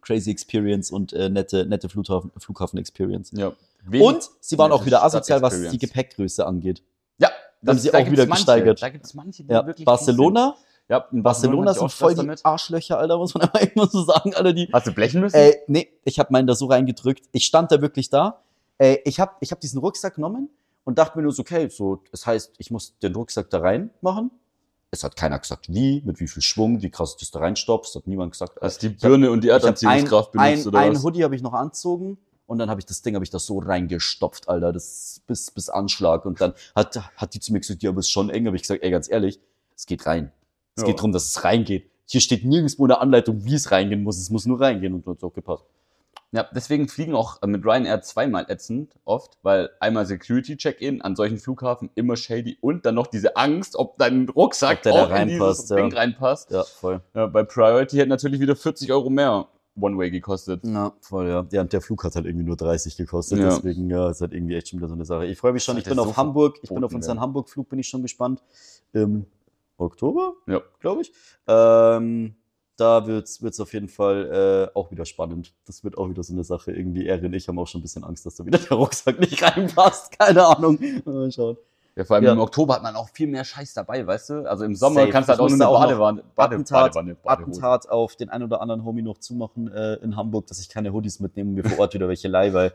Speaker 2: crazy Experience und äh, nette, nette Flughafen, Flughafen-Experience.
Speaker 1: ja.
Speaker 2: Und sie waren auch
Speaker 1: nette
Speaker 2: wieder asozial, was die
Speaker 1: Stadt-Experience.
Speaker 2: Gepäckgröße angeht.
Speaker 1: Das-
Speaker 2: haben sie
Speaker 1: da
Speaker 2: auch
Speaker 1: gibt's
Speaker 2: wieder
Speaker 1: manche,
Speaker 2: gesteigert.
Speaker 1: Da gibt es manche, die
Speaker 2: Ja,
Speaker 1: wirklich.
Speaker 2: Barcelona,
Speaker 1: krass sind. Ja, in
Speaker 2: Barcelona
Speaker 1: hatte ich auch
Speaker 2: sind voll
Speaker 1: Spaß
Speaker 2: die
Speaker 1: damit.
Speaker 2: Arschlöcher, Alter, muss man einfach immer so sagen, Alter, die
Speaker 1: Hast du blechen müssen?
Speaker 2: Ey, Äh, nee, ich habe meinen da so reingedrückt. Ich stand da wirklich da. Ey, ich habe ich hab diesen Rucksack genommen und dachte mir nur so, okay, so, das heißt, ich muss den Rucksack da reinmachen. Es hat keiner gesagt, wie, mit wie viel Schwung, wie krass du das da reinstopfst, hat niemand gesagt.
Speaker 1: Also die
Speaker 2: hab-
Speaker 1: Birne und die
Speaker 2: Ich hab
Speaker 1: Erdanziehungskraft
Speaker 2: ein,
Speaker 1: benutzt
Speaker 2: ein,
Speaker 1: oder
Speaker 2: ein
Speaker 1: was?
Speaker 2: Hoodie habe ich noch anzogen und dann habe ich das Ding habe ich da so reingestopft, Alter, das bis bis Anschlag und dann hat hat die zu mir gesagt, ja, aber ist schon eng, habe ich gesagt, ey, ganz ehrlich, es geht rein. Es
Speaker 1: Ja.
Speaker 2: geht darum, dass es reingeht. Hier steht nirgendwo eine Anleitung, wie es reingehen muss. Es muss nur reingehen und hat's auch gepasst.
Speaker 1: Ja, deswegen fliegen auch äh, mit Ryanair zweimal ätzend oft, weil einmal Security-Check-In an solchen Flughafen immer shady und dann noch diese Angst, ob dein Rucksack
Speaker 2: Ob der da
Speaker 1: auch in dieses
Speaker 2: reinpasst, ja.
Speaker 1: Ding reinpasst.
Speaker 2: Ja, voll.
Speaker 1: Ja, bei Priority hätte natürlich wieder 40 Euro mehr One-Way gekostet.
Speaker 2: Ja, voll, ja. Ja, und der Flug hat halt irgendwie nur 30 gekostet,
Speaker 1: Ja.
Speaker 2: deswegen ja, ist halt irgendwie echt schon wieder so eine Sache. Ich freue mich schon,
Speaker 1: Das
Speaker 2: ich
Speaker 1: hat
Speaker 2: bin
Speaker 1: ja
Speaker 2: auf
Speaker 1: so
Speaker 2: Hamburg, ich bin auf
Speaker 1: verboten
Speaker 2: unseren
Speaker 1: werden.
Speaker 2: Hamburg-Flug, bin ich schon gespannt. Im Oktober,
Speaker 1: Ja.
Speaker 2: glaube ich. Ähm, da wird's wird's auf jeden Fall äh, auch wieder spannend. Das wird auch wieder so eine Sache. Irgendwie Erin und ich haben auch schon ein bisschen Angst, dass da wieder der Rucksack nicht reinpasst. Keine Ahnung. Mal schauen.
Speaker 1: Ja, vor allem
Speaker 2: Ja.
Speaker 1: im Oktober hat man auch viel mehr Scheiß dabei, weißt du? Also im Sommer
Speaker 2: Safe.
Speaker 1: kannst du halt
Speaker 2: Ich
Speaker 1: auch nur
Speaker 2: musste
Speaker 1: eine
Speaker 2: auch noch
Speaker 1: Badewanne, Bade,
Speaker 2: Attentat-
Speaker 1: Badewanne, Badehose.
Speaker 2: Attentat auf den einen oder anderen Homie noch zumachen äh, in Hamburg, dass ich keine Hoodies mitnehme und mir vor Ort wieder welche leihe, weil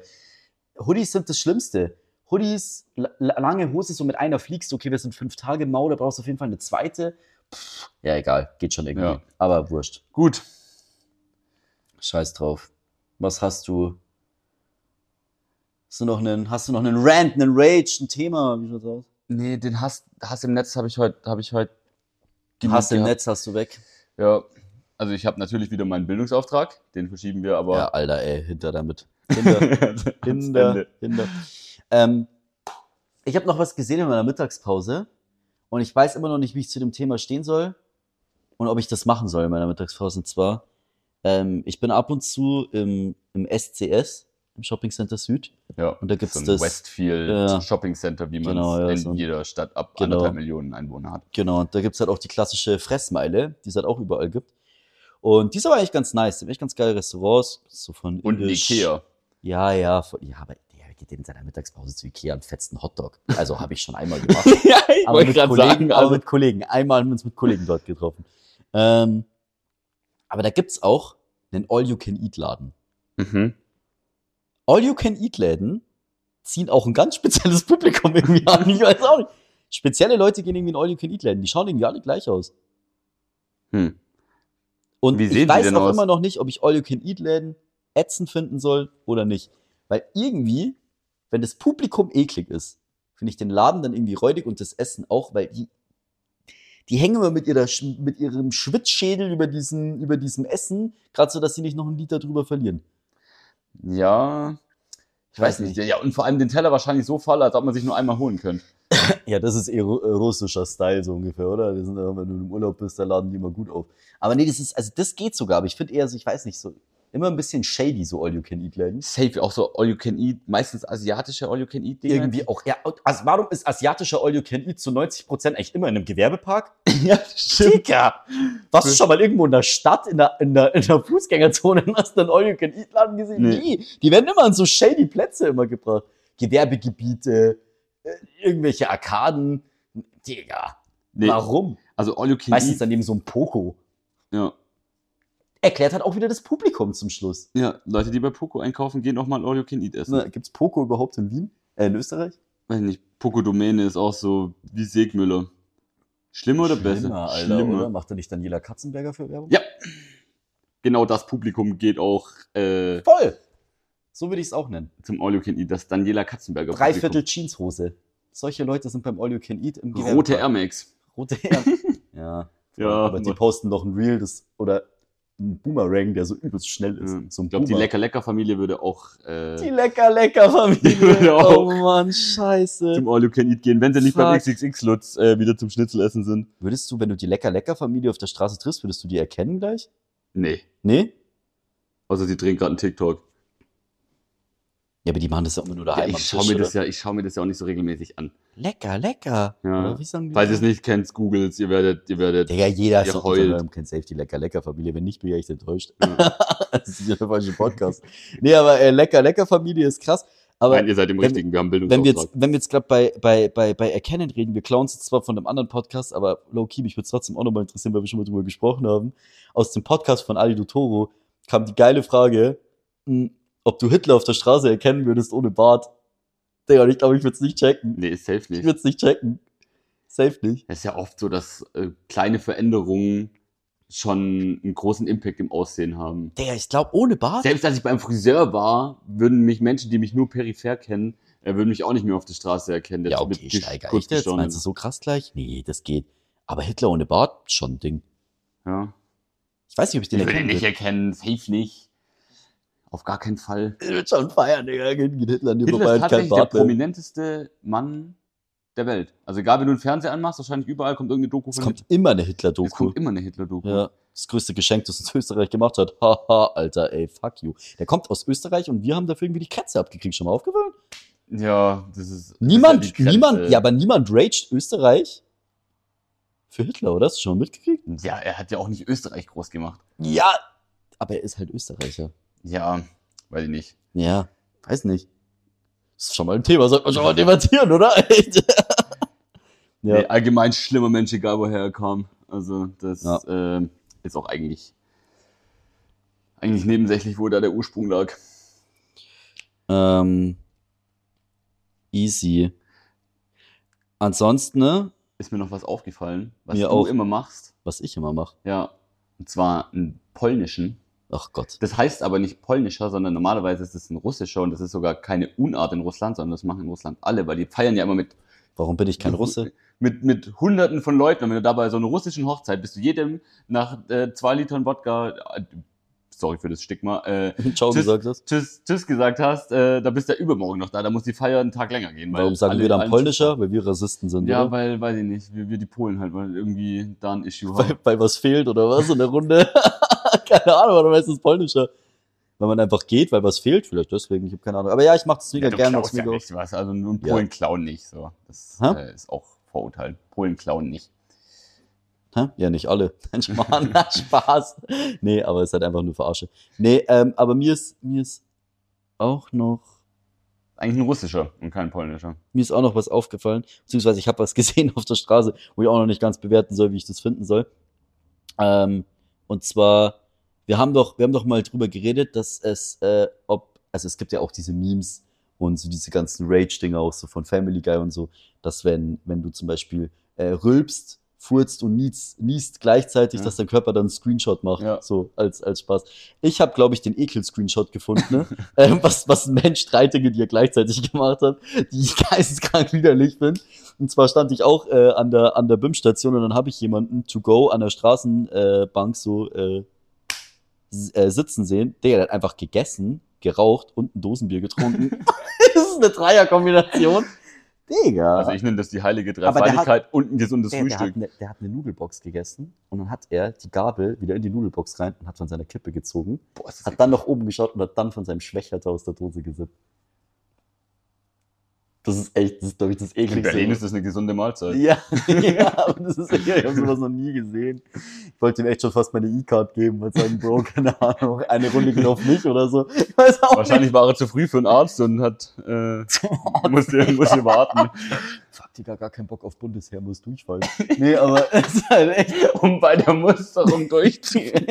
Speaker 2: Hoodies sind das Schlimmste. Hoodies, la- la- lange Hose, so mit einer fliegst, du, okay, wir sind fünf Tage im Mau, da brauchst du auf jeden Fall eine zweite. Pff, ja, egal, geht schon irgendwie.
Speaker 1: Ja.
Speaker 2: Aber wurscht.
Speaker 1: Gut,
Speaker 2: Scheiß drauf. Was hast du? Hast du noch einen, hast du noch einen Rant, einen Rage, ein Thema? Wie schaut's aus?
Speaker 1: nee, den Hass, Hass im Netz habe ich heute, habe ich heute genug
Speaker 2: Hast du im
Speaker 1: gehabt.
Speaker 2: Netz, hast du weg?
Speaker 1: Ja, also ich habe natürlich wieder meinen Bildungsauftrag, den verschieben wir aber.
Speaker 2: Ja, Alter, ey, hinter damit. Hinter.
Speaker 1: Ans
Speaker 2: Hinder,
Speaker 1: Ende.
Speaker 2: Hinder. Ähm, ich habe noch was gesehen in meiner Mittagspause und ich weiß immer noch nicht, wie ich zu dem Thema stehen soll und ob ich das machen soll in meiner Mittagspause. Und zwar, ähm, ich bin ab und zu im, im SCS, im Shopping Center Süd.
Speaker 1: Ja,
Speaker 2: Und da gibt's
Speaker 1: so ein
Speaker 2: das-
Speaker 1: Westfield
Speaker 2: ja.
Speaker 1: Shopping Center, wie man
Speaker 2: Genau, ja,
Speaker 1: in
Speaker 2: so ein-
Speaker 1: jeder Stadt ab
Speaker 2: Genau.
Speaker 1: anderthalb Millionen Einwohner hat.
Speaker 2: Genau, und da gibt's halt auch die klassische Fressmeile, die es halt auch überall gibt. Und die ist aber eigentlich ganz nice, die haben echt ganz geile Restaurants, so von
Speaker 1: Und ein
Speaker 2: Indisch-
Speaker 1: Ikea.
Speaker 2: Ja, ja, von, ja, aber der geht in seiner Mittagspause zu Ikea und fetzt einen Hotdog. Also habe ich schon einmal gemacht.
Speaker 1: ja, ich
Speaker 2: aber mit
Speaker 1: grad
Speaker 2: Kollegen,
Speaker 1: also
Speaker 2: aber mit Kollegen. Einmal haben wir uns mit Kollegen dort getroffen. Ähm, aber da gibt's auch einen All-You-Can-Eat-Laden.
Speaker 1: mhm.
Speaker 2: All-You-Can-Eat-Läden ziehen auch ein ganz spezielles Publikum irgendwie an. Ich weiß auch nicht. Spezielle Leute gehen irgendwie in All-You-Can-Eat-Läden. Die schauen irgendwie alle gleich aus.
Speaker 1: hm.
Speaker 2: Und
Speaker 1: Wie sehen
Speaker 2: ich
Speaker 1: sie
Speaker 2: weiß
Speaker 1: denn
Speaker 2: auch
Speaker 1: aus?
Speaker 2: immer noch nicht, ob ich All-You-Can-Eat-Läden ätzend finden soll oder nicht. Weil irgendwie, wenn das Publikum eklig ist, finde ich den Laden dann irgendwie räudig und das Essen auch, weil die, die hängen immer mit, ihrer, Sch- mit ihrem Schwitzschädel über, diesen, über diesem Essen, gerade so, dass sie nicht noch einen Liter drüber verlieren.
Speaker 1: Ja, ich weiß nicht. Ja, und vor allem den Teller wahrscheinlich so voll, als ob man sich nur einmal holen könnte.
Speaker 2: Ja, das ist eher ru- äh, russischer Style so ungefähr, oder? Das sind, äh, wenn du im Urlaub bist, da laden die immer gut auf. Aber nee, das ist, also das geht sogar, aber ich finde eher so, ich weiß nicht, so immer ein bisschen shady, so All-You-Can-Eat-Läden.
Speaker 1: Safe, auch so All You Can Eat, meistens asiatische All You Can Eat Dinge.
Speaker 2: irgendwie auch. Ja, und also warum ist asiatischer All You Can Eat zu 90 Prozent eigentlich immer in einem Gewerbepark?
Speaker 1: ja, stimmt.
Speaker 2: Digga! Warst du schon mal irgendwo in der Stadt, in der, in der, in der Fußgängerzone und hast einen All You Can Eat Laden gesehen?
Speaker 1: Nee.
Speaker 2: Nee. Die werden immer an so shady Plätze immer gebracht. Gewerbegebiete, äh, irgendwelche Arkaden. Digga,
Speaker 1: Nee,
Speaker 2: warum?
Speaker 1: also All You Can
Speaker 2: Meistens
Speaker 1: Eat.
Speaker 2: daneben so ein Poco.
Speaker 1: Ja.
Speaker 2: Erklärt hat auch wieder das Publikum zum Schluss.
Speaker 1: ja, Leute, die bei Poco einkaufen, gehen auch mal All You Can Eat essen.
Speaker 2: Na, Gibt's Poco überhaupt in Wien? Äh, in Österreich?
Speaker 1: weiß nicht, Poco Domäne ist auch so wie Segmüller. Schlimmer oder besser?
Speaker 2: Schlimmer, Alter, oder? Macht da nicht Daniela Katzenberger für Werbung?
Speaker 1: Ja. Genau das Publikum geht auch äh,
Speaker 2: Voll. So würde ich es auch nennen.
Speaker 1: zum All You Can Eat, das Daniela Katzenberger
Speaker 2: Dreiviertel Jeanshose. Solche Leute sind beim All You Can Eat im
Speaker 1: Publikum. Rote
Speaker 2: Gewerbe-
Speaker 1: Airmax.
Speaker 2: Rote Ärmel. ja.
Speaker 1: Ja,
Speaker 2: Aber die
Speaker 1: Mann.
Speaker 2: posten doch ein Reel das, oder ein Boomerang, der so übelst schnell ist.
Speaker 1: Ja.
Speaker 2: So ein
Speaker 1: Ich glaube, die
Speaker 2: Boomer-
Speaker 1: Lecker-Lecker-Familie würde auch
Speaker 2: Die
Speaker 1: äh,
Speaker 2: lecker, lecker
Speaker 1: Die würde
Speaker 2: Familie.
Speaker 1: auch-
Speaker 2: Oh Mann, scheiße.
Speaker 1: zum All You Can Eat gehen, wenn sie nicht beim
Speaker 2: Fuck.
Speaker 1: XXX-Lutz äh, wieder zum Schnitzelessen sind.
Speaker 2: Würdest du, wenn du die lecker, lecker Familie auf der Straße triffst, würdest du die erkennen gleich?
Speaker 1: Nee.
Speaker 2: Nee?
Speaker 1: Also sie drehen gerade einen TikTok.
Speaker 2: Ja, aber die machen das ja immer nur
Speaker 1: Ja,
Speaker 2: daheim
Speaker 1: ich schaue mir, das ja, ich schau mir das ja auch nicht so regelmäßig an.
Speaker 2: Lecker, lecker.
Speaker 1: Ja.
Speaker 2: Oder wie sagen die?
Speaker 1: Falls ihr es nicht kennt, googelt ihr werdet, ihr werdet.
Speaker 2: Digga, jeder ist
Speaker 1: Ihr
Speaker 2: doch
Speaker 1: heult.
Speaker 2: heult. kennt safe die lecker, lecker Familie. Wenn nicht, bin ich echt enttäuscht.
Speaker 1: Ja.
Speaker 2: Das ist ja der falsche Podcast. Nee, aber äh, lecker, lecker Familie ist krass. Aber
Speaker 1: Nein, ihr seid im
Speaker 2: wenn-
Speaker 1: Richtigen, wir haben
Speaker 2: wenn wir jetzt,
Speaker 1: Bildungsauftrag.
Speaker 2: wenn wir jetzt gerade bei, bei, bei, bei Erkennen reden, wir klauen es jetzt zwar von einem anderen Podcast, aber low-key, mich würde es trotzdem auch nochmal interessieren, weil wir schon mal drüber gesprochen haben. Aus dem Podcast von Ali Toro kam die geile Frage, mh, ob du Hitler auf der Straße erkennen würdest ohne Bart. Digga, und ich glaube, ich würde es nicht checken.
Speaker 1: Nee, safe
Speaker 2: Ich
Speaker 1: nicht.
Speaker 2: würde es nicht checken. Safe nicht.
Speaker 1: Es ist ja oft so, dass äh, kleine Veränderungen schon einen großen Impact im Aussehen haben.
Speaker 2: Digga, ich glaube, ohne Bart.
Speaker 1: Selbst als ich beim Friseur war, würden mich Menschen, die mich nur peripher kennen, äh, würden mich auch nicht mehr auf der Straße erkennen. der
Speaker 2: ja,
Speaker 1: mit
Speaker 2: okay,
Speaker 1: gesch-
Speaker 2: steiger
Speaker 1: kurz
Speaker 2: ich jetzt.
Speaker 1: gestorben
Speaker 2: Meinst du
Speaker 1: ist.
Speaker 2: so krass gleich? Nee, das geht. Aber Hitler ohne Bart, schon ein Ding.
Speaker 1: Ja.
Speaker 2: Ich weiß nicht, ob ich den
Speaker 1: Ich würde ihn
Speaker 2: erkennen
Speaker 1: nicht
Speaker 2: würde.
Speaker 1: erkennen, safe nicht. Auf gar keinen Fall.
Speaker 2: Ich würde schon feiern, Digga. Geht Hitler an die
Speaker 1: Hitler
Speaker 2: vorbei
Speaker 1: ist
Speaker 2: und kein
Speaker 1: tatsächlich der
Speaker 2: Bart mehr.
Speaker 1: prominenteste Mann der Welt. Also egal, wenn du den Fernseher anmachst, wahrscheinlich überall kommt irgendeine Doku
Speaker 2: Es
Speaker 1: von
Speaker 2: kommt immer eine
Speaker 1: Hitler. Es
Speaker 2: Hitler-Doku.
Speaker 1: kommt immer eine Hitler-Doku.
Speaker 2: Ja, das größte Geschenk, das uns Österreich gemacht hat. Haha, Alter, ey, fuck you. Der kommt aus Österreich und wir haben dafür irgendwie die Kratze abgekriegt. Schon mal aufgefallen?
Speaker 1: Ja, das ist. das
Speaker 2: Niemand,
Speaker 1: ist halt die Grenze.
Speaker 2: niemand, ja, aber niemand raged Österreich für Hitler, oder? Hast du schon mal mitgekriegt?
Speaker 1: ja, er hat ja auch nicht Österreich groß gemacht.
Speaker 2: Ja, aber er ist halt Österreicher.
Speaker 1: Ja, weiß ich nicht.
Speaker 2: Ja, weiß nicht. Ist schon mal ein Thema, sollte man schon mal debattieren, oder? Echt? ja.
Speaker 1: Nee, allgemein schlimmer Mensch, egal woher er kam. Also, das
Speaker 2: Ja.
Speaker 1: ähm, ist auch eigentlich. Eigentlich nebensächlich, wo da der Ursprung lag.
Speaker 2: Ähm, easy. Ansonsten, ne,
Speaker 1: Ist mir noch was aufgefallen, was
Speaker 2: Mir
Speaker 1: du
Speaker 2: auch.
Speaker 1: immer machst.
Speaker 2: was ich immer mache.
Speaker 1: Ja. Und zwar einen polnischen.
Speaker 2: Ach Gott.
Speaker 1: Das heißt aber nicht polnischer, sondern normalerweise ist es ein russischer und das ist sogar keine Unart in Russland, sondern das machen in Russland alle, weil die feiern ja immer mit,
Speaker 2: Warum bin ich kein Russe?
Speaker 1: mit, mit Hunderten von Leuten. Und wenn du dabei so einer russischen Hochzeit bist, du jedem nach äh, zwei Litern Wodka, äh, sorry für das Stigma, äh,
Speaker 2: Ciao
Speaker 1: Tschüss.
Speaker 2: gesagt hast.
Speaker 1: tschüss, tschüss gesagt hast, äh, da bist du ja übermorgen noch da, da muss die Feier einen Tag länger gehen. weil
Speaker 2: Warum sagen
Speaker 1: alle-
Speaker 2: wir dann
Speaker 1: alle-
Speaker 2: polnischer? Weil wir Rassisten sind,
Speaker 1: Ja,
Speaker 2: oder?
Speaker 1: weil, weiß ich nicht, wir, wir die Polen halt, weil irgendwie da ein Issue haben.
Speaker 2: Weil, weil was fehlt oder was in der Runde? keine Ahnung, warum heißt es polnischer? Weil man einfach geht, weil was fehlt, vielleicht deswegen, ich habe keine Ahnung. Aber ja, ich mache das mega
Speaker 1: du
Speaker 2: gerne,
Speaker 1: klaust
Speaker 2: was mir
Speaker 1: ja
Speaker 2: ja
Speaker 1: nicht was. Also nur
Speaker 2: Ja.
Speaker 1: Polen klauen nicht so. Das
Speaker 2: Hä?
Speaker 1: äh, ist auch Vorurteil. Polen klauen nicht.
Speaker 2: Hä? Ja, nicht alle. Nein, Spaß. Spaß. Nee, aber es ist halt einfach nur Verarsche. Nee, ähm, aber mir ist, mir ist auch noch,
Speaker 1: Eigentlich ein russischer und kein polnischer.
Speaker 2: mir ist auch noch was aufgefallen, beziehungsweise ich habe was gesehen auf der Straße, wo ich auch noch nicht ganz bewerten soll, wie ich das finden soll. Ähm, und zwar, wir haben doch, wir haben doch mal drüber geredet, dass es, äh, ob, also es gibt ja auch diese Memes und so diese ganzen Rage-Dinger auch so von Family Guy und so, dass wenn, wenn du zum Beispiel äh, rülpst, furzt und niest, niest gleichzeitig,
Speaker 1: Ja.
Speaker 2: dass dein Körper dann einen Screenshot macht,
Speaker 1: Ja.
Speaker 2: so als, als Spaß. Ich habe, glaube ich, den Ekel-Screenshot gefunden, ne? ähm, was, was ein Mensch drei Dinge, die er gleichzeitig gemacht hat, die ich geisteskrank widerlich bin. Und zwar stand ich auch äh, an der, an der BIM-Station und dann habe ich jemanden to go an der Straßenbank äh, Bank so äh, s- äh, sitzen sehen. Der hat einfach gegessen, geraucht und ein Dosenbier getrunken. das ist eine Dreierkombination. Digga.
Speaker 1: Also ich nenne das die heilige
Speaker 2: der hat-
Speaker 1: Dreifaltigkeit und ein gesundes
Speaker 2: der, der, hat
Speaker 1: Frühstück.
Speaker 2: eine, der hat eine Nudelbox gegessen und dann hat er die Gabel wieder in die Nudelbox rein und hat von seiner Kippe gezogen,
Speaker 1: Boah, ist das
Speaker 2: hat dann nach oben geschaut und hat dann von seinem Schwächerte aus der Dose gesippt. Das ist echt, das ist, glaube ich, das
Speaker 1: in
Speaker 2: ekligste.
Speaker 1: Berlin ist das eine gesunde Mahlzeit.
Speaker 2: Ja, ja, aber das ist echt, ich habe sowas noch nie gesehen. Ich wollte ihm echt schon fast meine E-Card geben und sagen, Bro, keine Ahnung, eine Runde geht auf mich oder so. Ich weiß auch
Speaker 1: Wahrscheinlich war er zu früh für einen Arzt und hat äh, musste, musste warten,
Speaker 2: nicht. Fuck, Digga, gar keinen Bock auf Bundesheer, muss durchfallen. Nee, aber es ist halt echt.
Speaker 1: um bei der Musterung durchzugehen.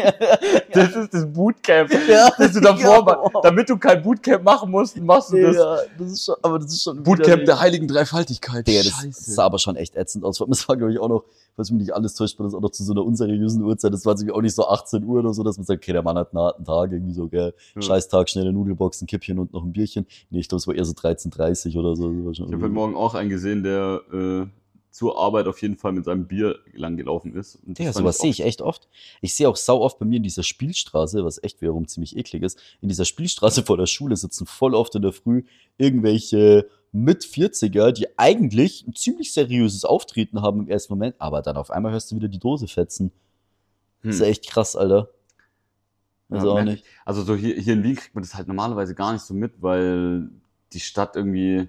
Speaker 1: Das ist das Bootcamp.
Speaker 2: Ja,
Speaker 1: Das du davor,
Speaker 2: genau.
Speaker 1: damit du kein Bootcamp machen musst, machst du das.
Speaker 2: Digga, das ist schon, aber das ist schon
Speaker 1: Bootcamp
Speaker 2: widerlich.
Speaker 1: der heiligen Dreifaltigkeit.
Speaker 2: Digga, das sah aber schon echt ätzend aus. Das war, glaube ich, auch noch, was mich nicht alles täuscht, war das auch noch zu so einer unseriösen Uhrzeit. Das war irgendwie auch nicht so 18 Uhr oder so, dass man sagt, okay, der Mann hat einen harten Tag, irgendwie so, gell,
Speaker 1: Ja.
Speaker 2: scheiß Tag, schnelle Nudelbox, ein Kippchen und noch ein Bierchen. Nee, ich glaube, es war eher so 13.30 oder so. Das war schon
Speaker 1: Ich habe heute
Speaker 2: irgendwie-
Speaker 1: Morgen auch einen gesehen, der äh, zur Arbeit auf jeden Fall mit seinem Bier langgelaufen ist. Und das
Speaker 2: Digga,
Speaker 1: fand
Speaker 2: sowas
Speaker 1: ich auch-
Speaker 2: sehe ich echt oft. Ich sehe auch sau oft bei mir in dieser Spielstraße, was echt wiederum ziemlich eklig ist, in dieser Spielstraße vor der Schule sitzen voll oft in der Früh irgendwelche mit 40er, die eigentlich ein ziemlich seriöses Auftreten haben im ersten Moment, aber dann auf einmal hörst du wieder die Dose fetzen. Das ist
Speaker 1: Hm.
Speaker 2: echt krass, Alter.
Speaker 1: Ja,
Speaker 2: Weiß auch
Speaker 1: merk
Speaker 2: nicht.
Speaker 1: Also so hier, hier in Wien kriegt man das halt normalerweise gar nicht so mit, weil die Stadt irgendwie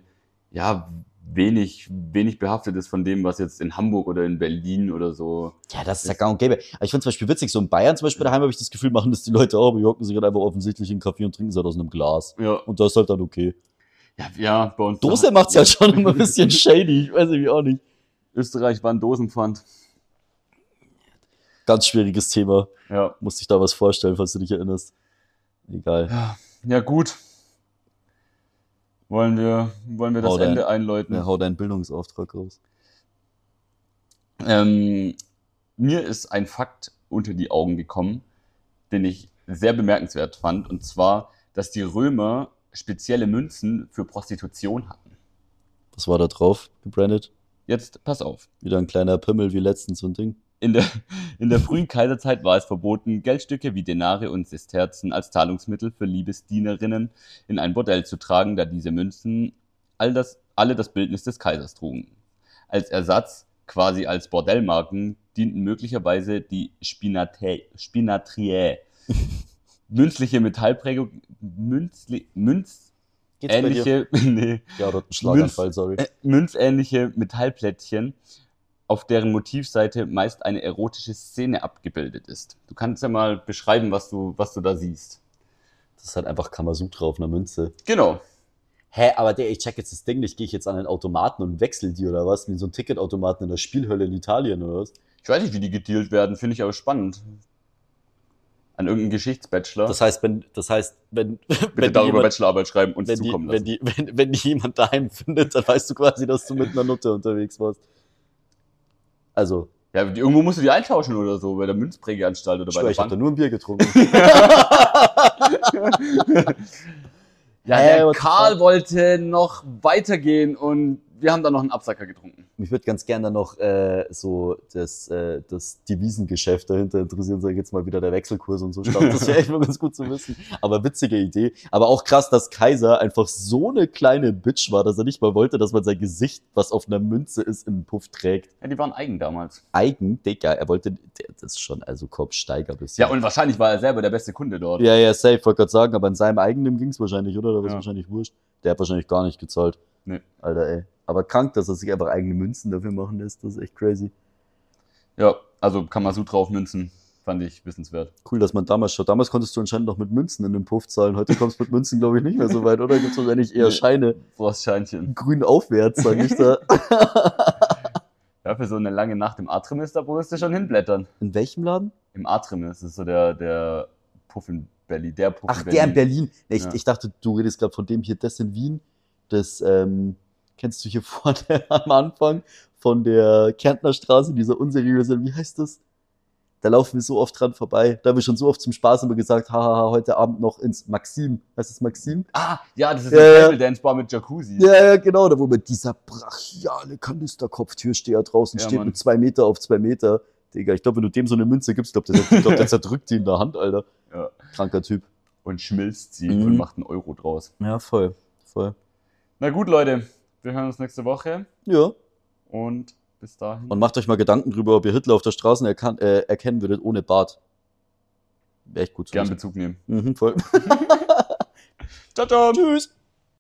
Speaker 1: ja wenig, wenig behaftet ist von dem, was jetzt in Hamburg oder in Berlin oder so.
Speaker 2: Ja, das ist ja gang und gäbe. Aber ich finde zum Beispiel witzig, so in Bayern zum Beispiel daheim habe ich das Gefühl, machen das die Leute auch, aber die hocken sich halt einfach offensichtlich in einen Kaffee und trinken es halt aus einem Glas.
Speaker 1: Ja,
Speaker 2: Und das ist halt dann okay.
Speaker 1: ja, ja bei uns.
Speaker 2: Dose macht's ja schon immer ein bisschen shady. Ich weiß irgendwie auch nicht.
Speaker 1: Österreich war ein Dosenpfand.
Speaker 2: Ganz schwieriges Thema.
Speaker 1: Ja.
Speaker 2: Musste ich da was vorstellen, falls du dich erinnerst. Egal.
Speaker 1: ja. Ja, gut. Wollen wir, wollen wir das
Speaker 2: Hau rein.
Speaker 1: Ende einläuten?
Speaker 2: Ja, hau deinen Bildungsauftrag raus.
Speaker 1: Ähm, mir ist ein Fakt unter die Augen gekommen, den ich sehr bemerkenswert fand, und zwar, dass die Römer spezielle Münzen für Prostitution hatten.
Speaker 2: Was war da drauf gebrandet?
Speaker 1: Jetzt pass auf.
Speaker 2: Wieder ein kleiner Pimmel wie letztens so ein Ding.
Speaker 1: In der, in der frühen Kaiserzeit war es verboten, Geldstücke wie Denare und Sesterzen als Zahlungsmittel für Liebesdienerinnen in ein Bordell zu tragen, da diese Münzen all das, alle das Bildnis des Kaisers trugen. Als Ersatz, quasi als Bordellmarken, dienten möglicherweise die Spinatä, Spinatriae, münzliche Metallprägung, münzli, münz,
Speaker 2: Geht's
Speaker 1: ähnliche, nee,
Speaker 2: Ja, dort ein Schlaganfall, sorry.
Speaker 1: äh, münzähnliche Metallplättchen, auf deren Motivseite meist eine erotische Szene abgebildet ist. Du kannst ja mal beschreiben, was du, was du da siehst.
Speaker 2: Das ist halt einfach Kamasutra auf einer Münze.
Speaker 1: Genau.
Speaker 2: Hä, aber der, ich check jetzt das Ding nicht. Gehe ich jetzt an einen Automaten und wechsel die oder was? Wie so ein Ticketautomaten in der Spielhölle in Italien oder was?
Speaker 1: Ich weiß nicht, wie die gedealt werden, finde ich aber spannend. An irgendeinen Geschichtsbachelor.
Speaker 2: Das heißt, wenn, das heißt, wenn,
Speaker 1: Bitte
Speaker 2: wenn
Speaker 1: darüber
Speaker 2: jemand-
Speaker 1: Bachelorarbeit schreiben und
Speaker 2: wenn, die,
Speaker 1: zukommen lassen.
Speaker 2: wenn, die, wenn, wenn die jemand daheim findet, dann weißt du quasi, dass du mit einer Nutte unterwegs warst. Also,
Speaker 1: Ja, die, irgendwo musst du die eintauschen oder so, bei der Münzprägeanstalt oder
Speaker 2: ich,
Speaker 1: bei
Speaker 2: schwör,
Speaker 1: der
Speaker 2: ich habe da
Speaker 1: Bank.
Speaker 2: nur ein Bier getrunken.
Speaker 1: Ja,
Speaker 2: Hey,
Speaker 1: der
Speaker 2: what the
Speaker 1: Karl
Speaker 2: fuck?
Speaker 1: wollte noch weitergehen und wir haben da noch einen Absacker getrunken.
Speaker 2: Mich würde ganz gerne noch äh, so das, äh, das Devisengeschäft dahinter interessieren, sag ich jetzt mal wieder der Wechselkurs und so. Ich glaub, das wäre echt mal ganz gut zu wissen. Aber witzige Idee. Aber auch krass, dass Kaiser einfach so eine kleine Bitch war, dass er nicht mal wollte, dass man sein Gesicht, was auf einer Münze ist, im Puff trägt.
Speaker 1: Ja, die waren eigen damals.
Speaker 2: Eigen, Digga, er wollte, der- das ist schon, also Kopfsteiger bisschen.
Speaker 1: Ja, und wahrscheinlich war er selber der beste Kunde dort.
Speaker 2: Ja, ja, safe, wollte gerade sagen, aber in seinem eigenen ging's wahrscheinlich, oder? Da war's
Speaker 1: Ja.
Speaker 2: wahrscheinlich wurscht. Der hat wahrscheinlich gar nicht gezahlt.
Speaker 1: Nee.
Speaker 2: Alter, ey. Aber krank, dass er sich einfach eigene Münzen dafür machen lässt, das ist echt crazy.
Speaker 1: Ja, also kann man so drauf münzen. Fand ich wissenswert.
Speaker 2: Cool, dass man damals schon. Damals konntest du anscheinend noch mit Münzen in den Puff zahlen. Heute kommst du mit Münzen, glaube ich, nicht mehr so weit, oder? Gibt's wahrscheinlich eher
Speaker 1: Nee.
Speaker 2: Scheine.
Speaker 1: Brauchst Scheinchen.
Speaker 2: Grün aufwärts, sage ich da.
Speaker 1: Ja, für so eine lange Nacht im Artemis, da musst du schon hinblättern.
Speaker 2: In welchem Laden?
Speaker 1: Im Artemis, das ist so der, der Puff in Berlin. Der Puff
Speaker 2: Ach, der in Berlin. Nee, Ich,
Speaker 1: Ja.
Speaker 2: ich dachte, du redest gerade von dem hier, das in Wien. Das ähm, kennst du hier vorne am Anfang von der Kärntner Straße, dieser unseriöse, wie heißt das? Da laufen wir so oft dran vorbei. Da haben wir schon so oft zum Spaß immer gesagt, hahaha, heute Abend noch ins Maxim. Heißt es Maxim?
Speaker 1: Ah, ja, das ist
Speaker 2: Ja,
Speaker 1: eine
Speaker 2: ja.
Speaker 1: Table Dance Bar mit Jacuzzi.
Speaker 2: Ja, ja, genau, da wo mit dieser brachiale Kanisterkopftürsteher draußen
Speaker 1: Ja,
Speaker 2: steht
Speaker 1: Mann.
Speaker 2: mit zwei Meter auf zwei Meter. Digga, ich glaube, wenn du dem so eine Münze gibst, glaub, der, ich glaub, der zerdrückt die in der Hand, Alter.
Speaker 1: Ja.
Speaker 2: Kranker Typ.
Speaker 1: Und schmilzt sie
Speaker 2: Mhm.
Speaker 1: und macht einen Euro draus.
Speaker 2: Ja, voll. Voll.
Speaker 1: Na gut, Leute, wir hören uns nächste Woche
Speaker 2: Ja.
Speaker 1: und bis dahin.
Speaker 2: Und macht euch mal Gedanken drüber, ob ihr Hitler auf der Straße erkan- äh, erkennen würdet ohne Bart. Wäre echt gut zu
Speaker 1: gern
Speaker 2: wissen.
Speaker 1: Bezug nehmen.
Speaker 2: Mhm, voll.
Speaker 1: Ciao, ciao.
Speaker 2: Tschüss.